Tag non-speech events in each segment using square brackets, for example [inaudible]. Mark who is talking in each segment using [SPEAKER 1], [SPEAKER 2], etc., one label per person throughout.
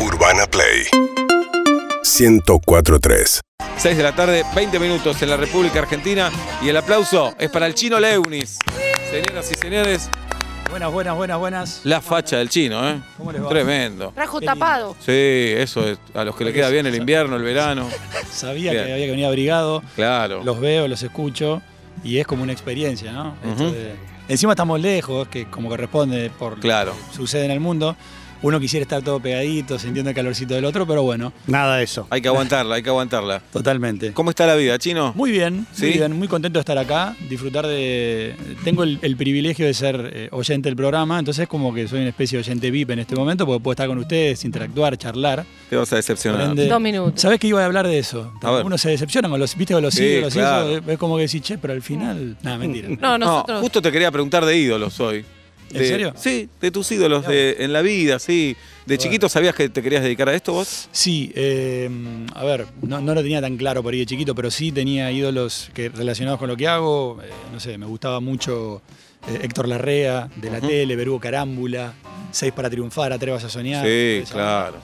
[SPEAKER 1] Urbana Play 1043.
[SPEAKER 2] 6 de la tarde, 20 minutos en la República Argentina. Y el aplauso es para el chino Leunis. Señoras y señores,
[SPEAKER 3] Buenas, buenas, buenas, buenas.
[SPEAKER 2] la facha del chino, ¿eh?
[SPEAKER 3] ¿Cómo les va?
[SPEAKER 2] Tremendo.
[SPEAKER 4] Rajo
[SPEAKER 3] Qué
[SPEAKER 4] tapado.
[SPEAKER 2] Sí, eso es. A los que le queda bien el invierno, el verano.
[SPEAKER 3] Sabía
[SPEAKER 2] Bien.
[SPEAKER 3] que había que venir abrigado.
[SPEAKER 2] Claro.
[SPEAKER 3] Los veo, los escucho y es como una experiencia, ¿no? Esto
[SPEAKER 2] Ujú.
[SPEAKER 3] de- Encima estamos lejos, que como corresponde por lo
[SPEAKER 2] Claro.
[SPEAKER 3] que sucede en el mundo. Uno quisiera estar todo pegadito, sintiendo el calorcito del otro, pero bueno,
[SPEAKER 5] Nada de eso.
[SPEAKER 2] Hay que aguantarla, hay que aguantarla.
[SPEAKER 3] totalmente.
[SPEAKER 2] ¿Cómo está la vida, chino?
[SPEAKER 3] Muy bien, muy
[SPEAKER 2] ¿Sí?
[SPEAKER 3] bien, muy contento de estar acá, disfrutar de... Tengo el, el privilegio de ser eh, oyente del programa, entonces como que soy una especie de oyente VIP en este momento, porque puedo estar con ustedes, interactuar, charlar.
[SPEAKER 2] Te vas a
[SPEAKER 3] Por
[SPEAKER 2] decepcionar.
[SPEAKER 3] ende,
[SPEAKER 4] Dos minutos.
[SPEAKER 3] ¿Sabés que iba a hablar de eso?
[SPEAKER 2] A ver.
[SPEAKER 3] Uno se decepciona con los, viste, con los
[SPEAKER 2] Sí,
[SPEAKER 3] ídolos,
[SPEAKER 2] claro. Mm.
[SPEAKER 3] y eso, eh, es como que decís, che, pero al final. Nada, mentira.
[SPEAKER 2] No,
[SPEAKER 4] No, nosotros.
[SPEAKER 2] justo te quería preguntar de ídolos hoy.
[SPEAKER 3] ¿En
[SPEAKER 2] De-
[SPEAKER 3] serio?
[SPEAKER 2] Sí, de tus ídolos de, en la vida, sí. ¿De chiquito sabías que te querías dedicar a esto vos?
[SPEAKER 3] Sí, eh, a ver, no, no lo tenía tan claro por ahí de chiquito, pero sí tenía ídolos que, relacionados con lo que hago. Eh, no sé, me gustaba mucho eh, Héctor Larrea, de la tele, Verbo Carámbula, Seis para triunfar, Atrevas a soñar.
[SPEAKER 2] Sí,
[SPEAKER 3] esa-
[SPEAKER 2] claro.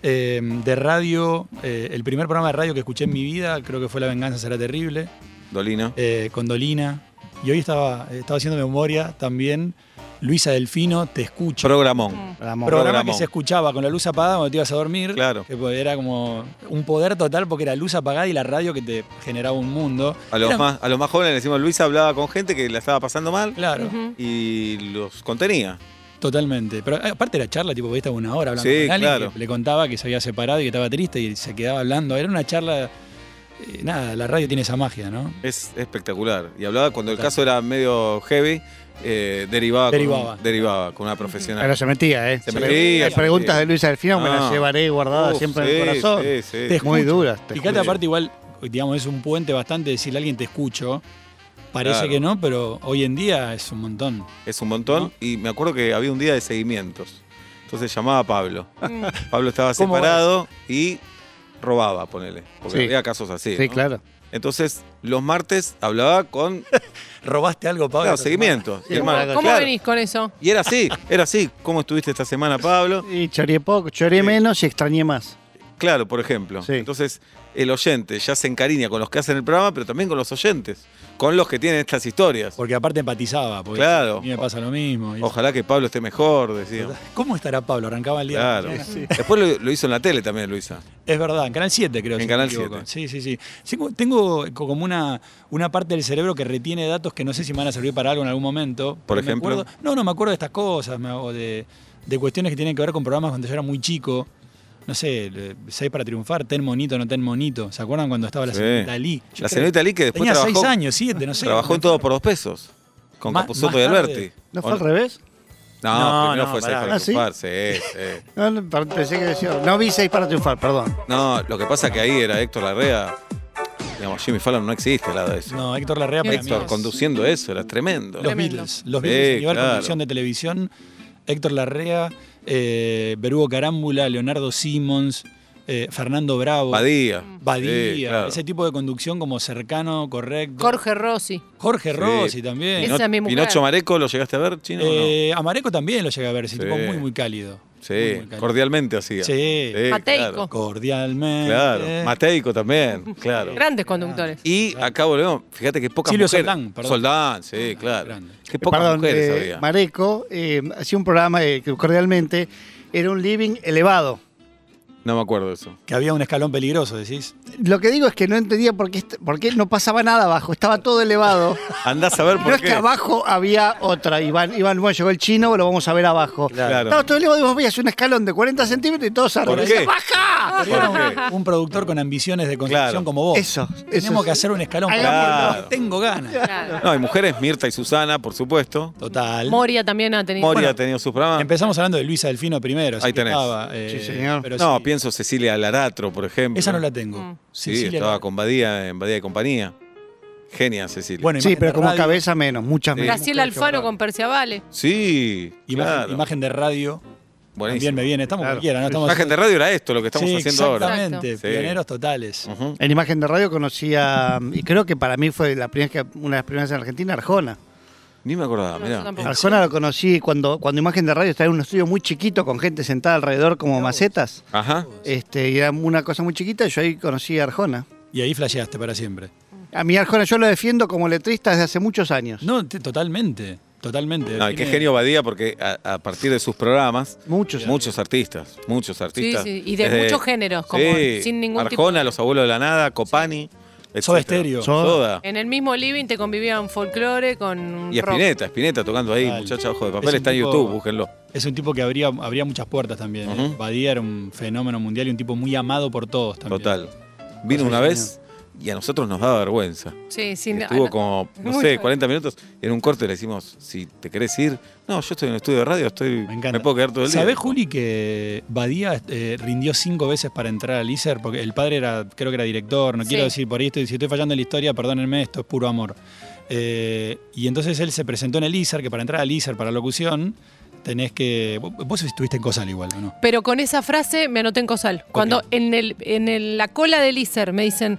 [SPEAKER 3] Eh, de radio, eh, el primer programa de radio que escuché en mi vida, creo que fue La Venganza será terrible.
[SPEAKER 2] Dolina.
[SPEAKER 3] eh, con Dolina. Y hoy estaba, estaba haciendo memoria también. Luisa Delfino, te escucho.
[SPEAKER 4] Mm.
[SPEAKER 2] Programón.
[SPEAKER 3] programa
[SPEAKER 5] Ramón.
[SPEAKER 2] programón.
[SPEAKER 3] que se escuchaba con la luz apagada cuando te ibas a dormir.
[SPEAKER 2] Claro.
[SPEAKER 3] Que po- era como un poder total porque era luz apagada y la radio que te generaba un mundo.
[SPEAKER 2] A los,
[SPEAKER 3] Era-
[SPEAKER 2] más, a los más jóvenes le decimos, Luisa hablaba con gente que la estaba pasando mal
[SPEAKER 3] Claro,
[SPEAKER 4] Ujú.
[SPEAKER 2] y los contenía.
[SPEAKER 3] totalmente. Pero eh, aparte era charla, tipo, porque estaba una hora hablando
[SPEAKER 2] Sí,
[SPEAKER 3] con alguien
[SPEAKER 2] claro.
[SPEAKER 3] que le contaba que se había separado y que estaba triste y se quedaba hablando. Era una charla. eh, nada, la radio tiene esa magia, ¿no?
[SPEAKER 2] Es espectacular. Y hablaba cuando el caso era medio heavy, eh, derivaba, con un-
[SPEAKER 3] Derivaba.
[SPEAKER 2] derivaba con una profesional.
[SPEAKER 5] Pero se metía, ¿eh?
[SPEAKER 2] Se
[SPEAKER 5] Las
[SPEAKER 2] metía,
[SPEAKER 5] Las preguntas
[SPEAKER 2] sí.
[SPEAKER 5] de Luis Alfino me
[SPEAKER 2] Ah.
[SPEAKER 5] las llevaré guardadas
[SPEAKER 2] Uf,
[SPEAKER 5] siempre en
[SPEAKER 2] sí,
[SPEAKER 5] el corazón.
[SPEAKER 2] sí, sí.
[SPEAKER 3] Te
[SPEAKER 5] Muy
[SPEAKER 3] escucho.
[SPEAKER 5] duras. te
[SPEAKER 3] Fíjate,
[SPEAKER 5] juro.
[SPEAKER 3] aparte, igual, digamos, es un puente bastante decirle a alguien te escucho. Parece
[SPEAKER 2] Claro.
[SPEAKER 3] que no, pero hoy en día es un montón.
[SPEAKER 2] Es un montón.
[SPEAKER 3] ¿No?
[SPEAKER 2] Y me acuerdo que había un día de seguimientos. Entonces llamaba a Pablo.
[SPEAKER 4] Mm.
[SPEAKER 2] Pablo
[SPEAKER 5] [laughs]
[SPEAKER 2] estaba
[SPEAKER 3] ¿Cómo vas?
[SPEAKER 2] separado y robaba, ponele. Porque
[SPEAKER 5] Sí.
[SPEAKER 2] había casos así.
[SPEAKER 5] Sí,
[SPEAKER 2] ¿no?
[SPEAKER 5] claro.
[SPEAKER 2] Entonces, los martes hablaba con
[SPEAKER 5] [laughs]
[SPEAKER 3] ¿Robaste algo, Pablo?
[SPEAKER 2] claro, seguimientos.
[SPEAKER 5] Sí,
[SPEAKER 2] Y hermano,
[SPEAKER 5] algo
[SPEAKER 4] ¿Cómo
[SPEAKER 2] claro.
[SPEAKER 4] venís con eso?
[SPEAKER 2] Y era así, era así. ¿Cómo estuviste esta semana, Pablo?
[SPEAKER 5] Y choré poco, choré menos y extrañé más.
[SPEAKER 2] Claro, por ejemplo.
[SPEAKER 5] Sí.
[SPEAKER 2] Entonces, el oyente ya se encariña con los que hacen el programa, pero también con los oyentes, con los que tienen estas historias.
[SPEAKER 3] Porque aparte empatizaba. Porque
[SPEAKER 2] Claro.
[SPEAKER 3] A mí me pasa lo mismo. Y-
[SPEAKER 2] Ojalá que Pablo esté mejor, decía.
[SPEAKER 3] ¿Cómo estará Pablo? Arrancaba el día.
[SPEAKER 2] Claro. Después lo, lo hizo en la tele también, Luisa.
[SPEAKER 3] Es verdad, en Canal 7 creo.
[SPEAKER 2] En
[SPEAKER 3] si no
[SPEAKER 2] Canal
[SPEAKER 3] me equivoco.
[SPEAKER 2] 7.
[SPEAKER 3] Sí, sí, sí. Sí, como- Tengo co- como una, una parte del cerebro que retiene datos que no sé si me van a servir para algo en algún momento.
[SPEAKER 2] Por
[SPEAKER 3] Pero me
[SPEAKER 2] ejemplo.
[SPEAKER 3] acuerdo- no, no, me acuerdo de estas cosas, me, o de, de cuestiones que tienen que ver con programas cuando yo era muy chico. No sé, el, eh, seis para triunfar, ten monito, no ten monito. ¿Se acuerdan cuando estaba la
[SPEAKER 2] Sí.
[SPEAKER 3] señorita Lee? Yo
[SPEAKER 2] La
[SPEAKER 3] creo-
[SPEAKER 2] señorita Lee que después
[SPEAKER 3] Tenía
[SPEAKER 2] trabajó-
[SPEAKER 3] 6 años, 7, no sé.
[SPEAKER 2] Trabajó en todo por dos pesos. Con
[SPEAKER 3] Más-
[SPEAKER 2] Capuzoto
[SPEAKER 3] más
[SPEAKER 2] y
[SPEAKER 3] tarde.
[SPEAKER 2] Alberti.
[SPEAKER 5] ¿No
[SPEAKER 2] ¿O
[SPEAKER 5] fue al revés?
[SPEAKER 2] No,
[SPEAKER 3] No,
[SPEAKER 2] primero
[SPEAKER 3] no,
[SPEAKER 2] fue seis
[SPEAKER 3] pará.
[SPEAKER 2] para
[SPEAKER 5] ¿Ah, sí?
[SPEAKER 2] triunfar, sí, sí.
[SPEAKER 5] No, no, par- pensé que decía. No vi seis para triunfar, perdón.
[SPEAKER 2] No, lo que pasa que ahí era Héctor Larrea. Digamos, Jimmy Fallon no existe al lado de eso.
[SPEAKER 3] No, Héctor Larrea para mí
[SPEAKER 2] Héctor
[SPEAKER 3] es-
[SPEAKER 2] conduciendo eso era tremendo.
[SPEAKER 3] Los
[SPEAKER 4] Tremendo.
[SPEAKER 3] Beatles. Los
[SPEAKER 2] Sí,
[SPEAKER 3] Beatles a nivel
[SPEAKER 2] claro.
[SPEAKER 3] conducción de televisión. Héctor Larrea, eh, Berugo Carámbula, Leonardo Simmons, eh, Fernando Bravo.
[SPEAKER 2] Badía.
[SPEAKER 3] Badía,
[SPEAKER 2] Sí, claro.
[SPEAKER 3] ese tipo de conducción como cercano, correcto.
[SPEAKER 4] Jorge Rossi.
[SPEAKER 3] Jorge
[SPEAKER 2] Sí.
[SPEAKER 3] Rossi también.
[SPEAKER 4] Esa es mi mujer.
[SPEAKER 2] Pinocho Mareco, ¿lo llegaste a ver, chino? o no?
[SPEAKER 3] Eh, Amareco también lo llega a ver, ese
[SPEAKER 2] Sí.
[SPEAKER 3] tipo muy, muy cálido. Muy,
[SPEAKER 2] Sí,
[SPEAKER 3] muy cálido.
[SPEAKER 2] cordialmente hacía.
[SPEAKER 3] Sí. Eh.
[SPEAKER 2] Claro,
[SPEAKER 4] Mateico.
[SPEAKER 3] Cordialmente.
[SPEAKER 2] claro. Mateico
[SPEAKER 4] [laughs]
[SPEAKER 2] también, claro.
[SPEAKER 4] Grandes conductores.
[SPEAKER 2] Y acá volvemos, fíjate que pocas
[SPEAKER 3] Silvio
[SPEAKER 2] mujeres.
[SPEAKER 3] Soldán, perdón. Ah,
[SPEAKER 2] Soldán, sí, claro.
[SPEAKER 3] grande.
[SPEAKER 2] Qué pocas
[SPEAKER 5] Perdón,
[SPEAKER 2] mujeres
[SPEAKER 5] eh,
[SPEAKER 2] había.
[SPEAKER 5] Mareco eh, hacía un programa eh, que cordialmente era un living elevado.
[SPEAKER 2] No me acuerdo de eso.
[SPEAKER 3] Que había un escalón peligroso, decís.
[SPEAKER 5] Lo que digo es que no entendía por qué, est- por qué no pasaba nada abajo, estaba todo
[SPEAKER 2] [laughs]
[SPEAKER 5] elevado.
[SPEAKER 2] Andás a ver
[SPEAKER 5] [laughs] No
[SPEAKER 2] por
[SPEAKER 5] es que
[SPEAKER 2] qué.
[SPEAKER 5] abajo había otra. Iván, Iván bueno, llegó el chino, lo vamos a ver abajo.
[SPEAKER 2] Claro.
[SPEAKER 5] No, todo el digo, voy a hacer un escalón de 40 centímetros y todos arriba.
[SPEAKER 2] qué?
[SPEAKER 4] Ah.
[SPEAKER 5] ¡Baja!
[SPEAKER 2] ¿Por qué?
[SPEAKER 3] Un productor con ambiciones de construcción
[SPEAKER 2] Claro.
[SPEAKER 3] como vos.
[SPEAKER 5] Eso, eso
[SPEAKER 3] Tenemos
[SPEAKER 5] es.
[SPEAKER 3] que hacer un escalón.
[SPEAKER 5] Hagámoslo.
[SPEAKER 3] porque Tengo ganas.
[SPEAKER 4] Claro.
[SPEAKER 2] No, hay mujeres, Mirta y Susana, por supuesto.
[SPEAKER 3] Total.
[SPEAKER 4] Moria también ha tenido.
[SPEAKER 2] Moria
[SPEAKER 4] Bueno,
[SPEAKER 2] ha tenido sus programas.
[SPEAKER 3] Empezamos hablando de Luisa Delfino primero. así
[SPEAKER 2] Ah. Ahí
[SPEAKER 3] que
[SPEAKER 2] tenés.
[SPEAKER 3] estaba, eh,
[SPEAKER 5] Sí, señor.
[SPEAKER 3] pero
[SPEAKER 2] no,
[SPEAKER 3] sí.
[SPEAKER 2] pienso Cecilia Laratro, por ejemplo.
[SPEAKER 3] Esa no la tengo.
[SPEAKER 4] Mm.
[SPEAKER 2] Sí,
[SPEAKER 3] Cecilia
[SPEAKER 2] estaba
[SPEAKER 3] la-
[SPEAKER 2] con Badía, en Badía y compañía. Genia, Cecilia.
[SPEAKER 3] Bueno,
[SPEAKER 5] Sí,
[SPEAKER 3] imagen
[SPEAKER 5] pero
[SPEAKER 3] de
[SPEAKER 5] como
[SPEAKER 3] radio,
[SPEAKER 5] cabeza menos, muchas menos.
[SPEAKER 4] Graciela Alfaro con Perciavale.
[SPEAKER 2] sí,
[SPEAKER 3] Imagen,
[SPEAKER 2] claro.
[SPEAKER 3] imagen de radio.
[SPEAKER 2] Buenísimo.
[SPEAKER 3] También me viene. Estamos
[SPEAKER 5] Claro.
[SPEAKER 3] cualquiera, ¿no? Estamos
[SPEAKER 2] Imagen de radio era esto, lo que estamos
[SPEAKER 3] Sí,
[SPEAKER 2] haciendo ahora. Mm.
[SPEAKER 3] Exactamente.
[SPEAKER 2] Exacto.
[SPEAKER 3] Pioneros totales.
[SPEAKER 2] Ujú.
[SPEAKER 5] En imagen de radio conocía, y creo que para mí fue la primera que- una de las primeras en Argentina, Arjona.
[SPEAKER 2] Ni me acordaba,
[SPEAKER 4] No,
[SPEAKER 2] mirá.
[SPEAKER 4] yo tampoco.
[SPEAKER 5] Arjona lo conocí cuando, cuando Imagen de Radio estaba en un estudio muy chiquito con gente sentada alrededor como macetas.
[SPEAKER 2] Ajá.
[SPEAKER 5] Este, y era una cosa muy chiquita, yo ahí conocí a Arjona.
[SPEAKER 3] Y ahí flasheaste para siempre.
[SPEAKER 5] A mí Arjona yo lo defiendo como letrista desde hace muchos años.
[SPEAKER 3] No, te- totalmente, totalmente.
[SPEAKER 2] No, y qué
[SPEAKER 3] Tiene-
[SPEAKER 2] genio Badía, porque a, a partir de sus programas,
[SPEAKER 5] Muchos.
[SPEAKER 2] muchos artistas, muchos artistas.
[SPEAKER 4] sí, y de muchos géneros, como sin ningún
[SPEAKER 2] Arjona,
[SPEAKER 4] tipo de-
[SPEAKER 2] Los Abuelos de la Nada, Copani, etcétera.
[SPEAKER 3] Soda Stereo.
[SPEAKER 5] Soda.
[SPEAKER 2] Soda.
[SPEAKER 4] En el mismo living te convivían folclore con
[SPEAKER 2] Y
[SPEAKER 4] rock.
[SPEAKER 2] Espineta, Espineta tocando ahí,
[SPEAKER 3] Total.
[SPEAKER 2] muchacha ojo de
[SPEAKER 3] Es
[SPEAKER 2] papel,
[SPEAKER 3] un
[SPEAKER 2] está en
[SPEAKER 3] tipo-
[SPEAKER 2] YouTube, búsquenlo.
[SPEAKER 3] Es un tipo que abría, abría muchas puertas también. ¿eh?
[SPEAKER 2] Ujú.
[SPEAKER 3] Badía era un fenómeno mundial y un tipo muy amado por todos también.
[SPEAKER 2] Total. Vino
[SPEAKER 3] Cosa
[SPEAKER 2] una
[SPEAKER 3] de
[SPEAKER 2] vez y a nosotros nos daba vergüenza.
[SPEAKER 4] Sí, sí.
[SPEAKER 2] Y
[SPEAKER 4] no-
[SPEAKER 2] Estuvo
[SPEAKER 4] no- [laughs]
[SPEAKER 2] como, no
[SPEAKER 4] Muy
[SPEAKER 2] sé,
[SPEAKER 4] bien.
[SPEAKER 2] 40 minutos. En un corte le decimos, si te querés ir, no, yo estoy en el estudio de radio, estoy,
[SPEAKER 3] Me
[SPEAKER 2] me,
[SPEAKER 3] encanta.
[SPEAKER 2] puedo quedar todo el día.
[SPEAKER 3] ¿Sabés, Juli, que Badía eh, rindió cinco veces para entrar al ISER? Porque el padre era, creo que era director, no
[SPEAKER 4] Sí.
[SPEAKER 3] quiero decir por ahí, estoy, si estoy fallando en la historia, perdónenme, esto es puro amor. Eh, y entonces él se presentó en el ISER, que para entrar al ISER para locución, tenés que. Vos vos estuviste en Cosal igual, ¿o no?
[SPEAKER 4] Pero con esa frase me anoté en Cosal. Cuando en, el, en el- la cola del ISER me dicen,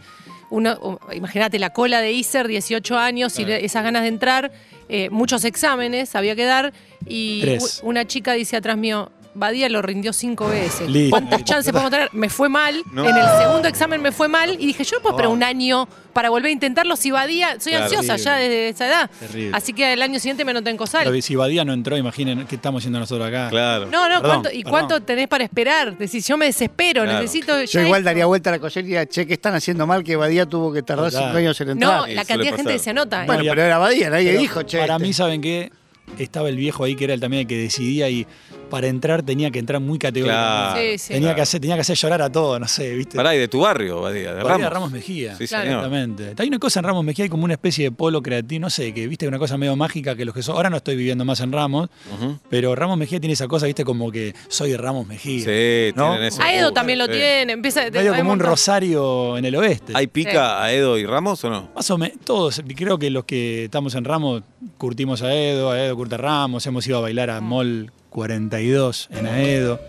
[SPEAKER 4] una- o- imagínate la cola de ISER, 18 años y
[SPEAKER 3] Claro.
[SPEAKER 4] le- esas ganas de entrar, eh, muchos exámenes había que dar y
[SPEAKER 3] Tres.
[SPEAKER 4] u- una chica dice atrás mío, Badía lo rindió cinco veces.
[SPEAKER 3] Listo.
[SPEAKER 4] ¿Cuántas chances podemos tener? Me fue mal.
[SPEAKER 2] No.
[SPEAKER 4] En el segundo examen me fue mal y dije, yo no puedo esperar un año para volver a intentarlo si Badía, soy
[SPEAKER 2] Claro.
[SPEAKER 4] ansiosa ya desde esa edad.
[SPEAKER 3] Terrible.
[SPEAKER 4] Así que el año siguiente me anoté en Cosal.
[SPEAKER 3] Pero si Badía no entró, imaginen qué estamos haciendo nosotros acá.
[SPEAKER 2] Claro.
[SPEAKER 4] No, no,
[SPEAKER 3] Perdón,
[SPEAKER 4] ¿cuánto, ¿y
[SPEAKER 3] perdón.
[SPEAKER 4] cuánto tenés para esperar? Decís, yo me desespero,
[SPEAKER 2] Claro.
[SPEAKER 4] necesito.
[SPEAKER 5] Yo
[SPEAKER 4] ya
[SPEAKER 5] igual
[SPEAKER 4] esto.
[SPEAKER 5] daría vuelta a la cosecha y diría, che, que están haciendo mal que Badía tuvo que tardar
[SPEAKER 3] Total.
[SPEAKER 5] cinco años en entrar.
[SPEAKER 4] No, eh,
[SPEAKER 2] Sí,
[SPEAKER 4] la
[SPEAKER 2] suele
[SPEAKER 4] cantidad de gente
[SPEAKER 2] pasar.
[SPEAKER 4] que se anota. ¿eh?
[SPEAKER 5] bueno,
[SPEAKER 3] Bueno,
[SPEAKER 5] pero era Badía, nadie
[SPEAKER 3] Pero
[SPEAKER 5] dijo, che.
[SPEAKER 3] Para
[SPEAKER 5] este.
[SPEAKER 3] mí, ¿saben qué? Estaba el viejo ahí que era el también el que decidía y para entrar tenía que entrar muy categóricamente.
[SPEAKER 2] Claro.
[SPEAKER 4] Sí, sí.
[SPEAKER 3] Tenía,
[SPEAKER 2] Claro.
[SPEAKER 3] que hacer, tenía que hacer llorar a todos, no sé, ¿viste?
[SPEAKER 2] Pará, y de tu barrio, Badía, de
[SPEAKER 3] Podría
[SPEAKER 2] Ramos.
[SPEAKER 3] Ramos Mejía.
[SPEAKER 2] Sí,
[SPEAKER 4] Claro.
[SPEAKER 2] señor.
[SPEAKER 3] Exactamente. Hay una cosa en Ramos Mejía, hay como una especie de polo creativo, no sé, que viste una cosa medio mágica que los que son. Ahora no estoy viviendo más en Ramos,
[SPEAKER 2] Ujú.
[SPEAKER 3] pero Ramos Mejía tiene esa cosa, viste, como que soy de Ramos Mejía.
[SPEAKER 2] Sí,
[SPEAKER 3] ¿No?
[SPEAKER 2] tienen eso.
[SPEAKER 4] Aedo
[SPEAKER 2] Uh,
[SPEAKER 4] también lo
[SPEAKER 2] sí.
[SPEAKER 4] tiene. Empieza,
[SPEAKER 3] Medio
[SPEAKER 4] hay
[SPEAKER 3] como un
[SPEAKER 4] montón.
[SPEAKER 3] rosario en el oeste.
[SPEAKER 2] ¿Hay pica a Edo y Ramos o no?
[SPEAKER 3] Más o menos, todos, creo que los que estamos en Ramos, curtimos a Edo, a Edo curta a Ramos, hemos ido a bailar
[SPEAKER 4] Ah.
[SPEAKER 3] a Mall 42 en Aedo,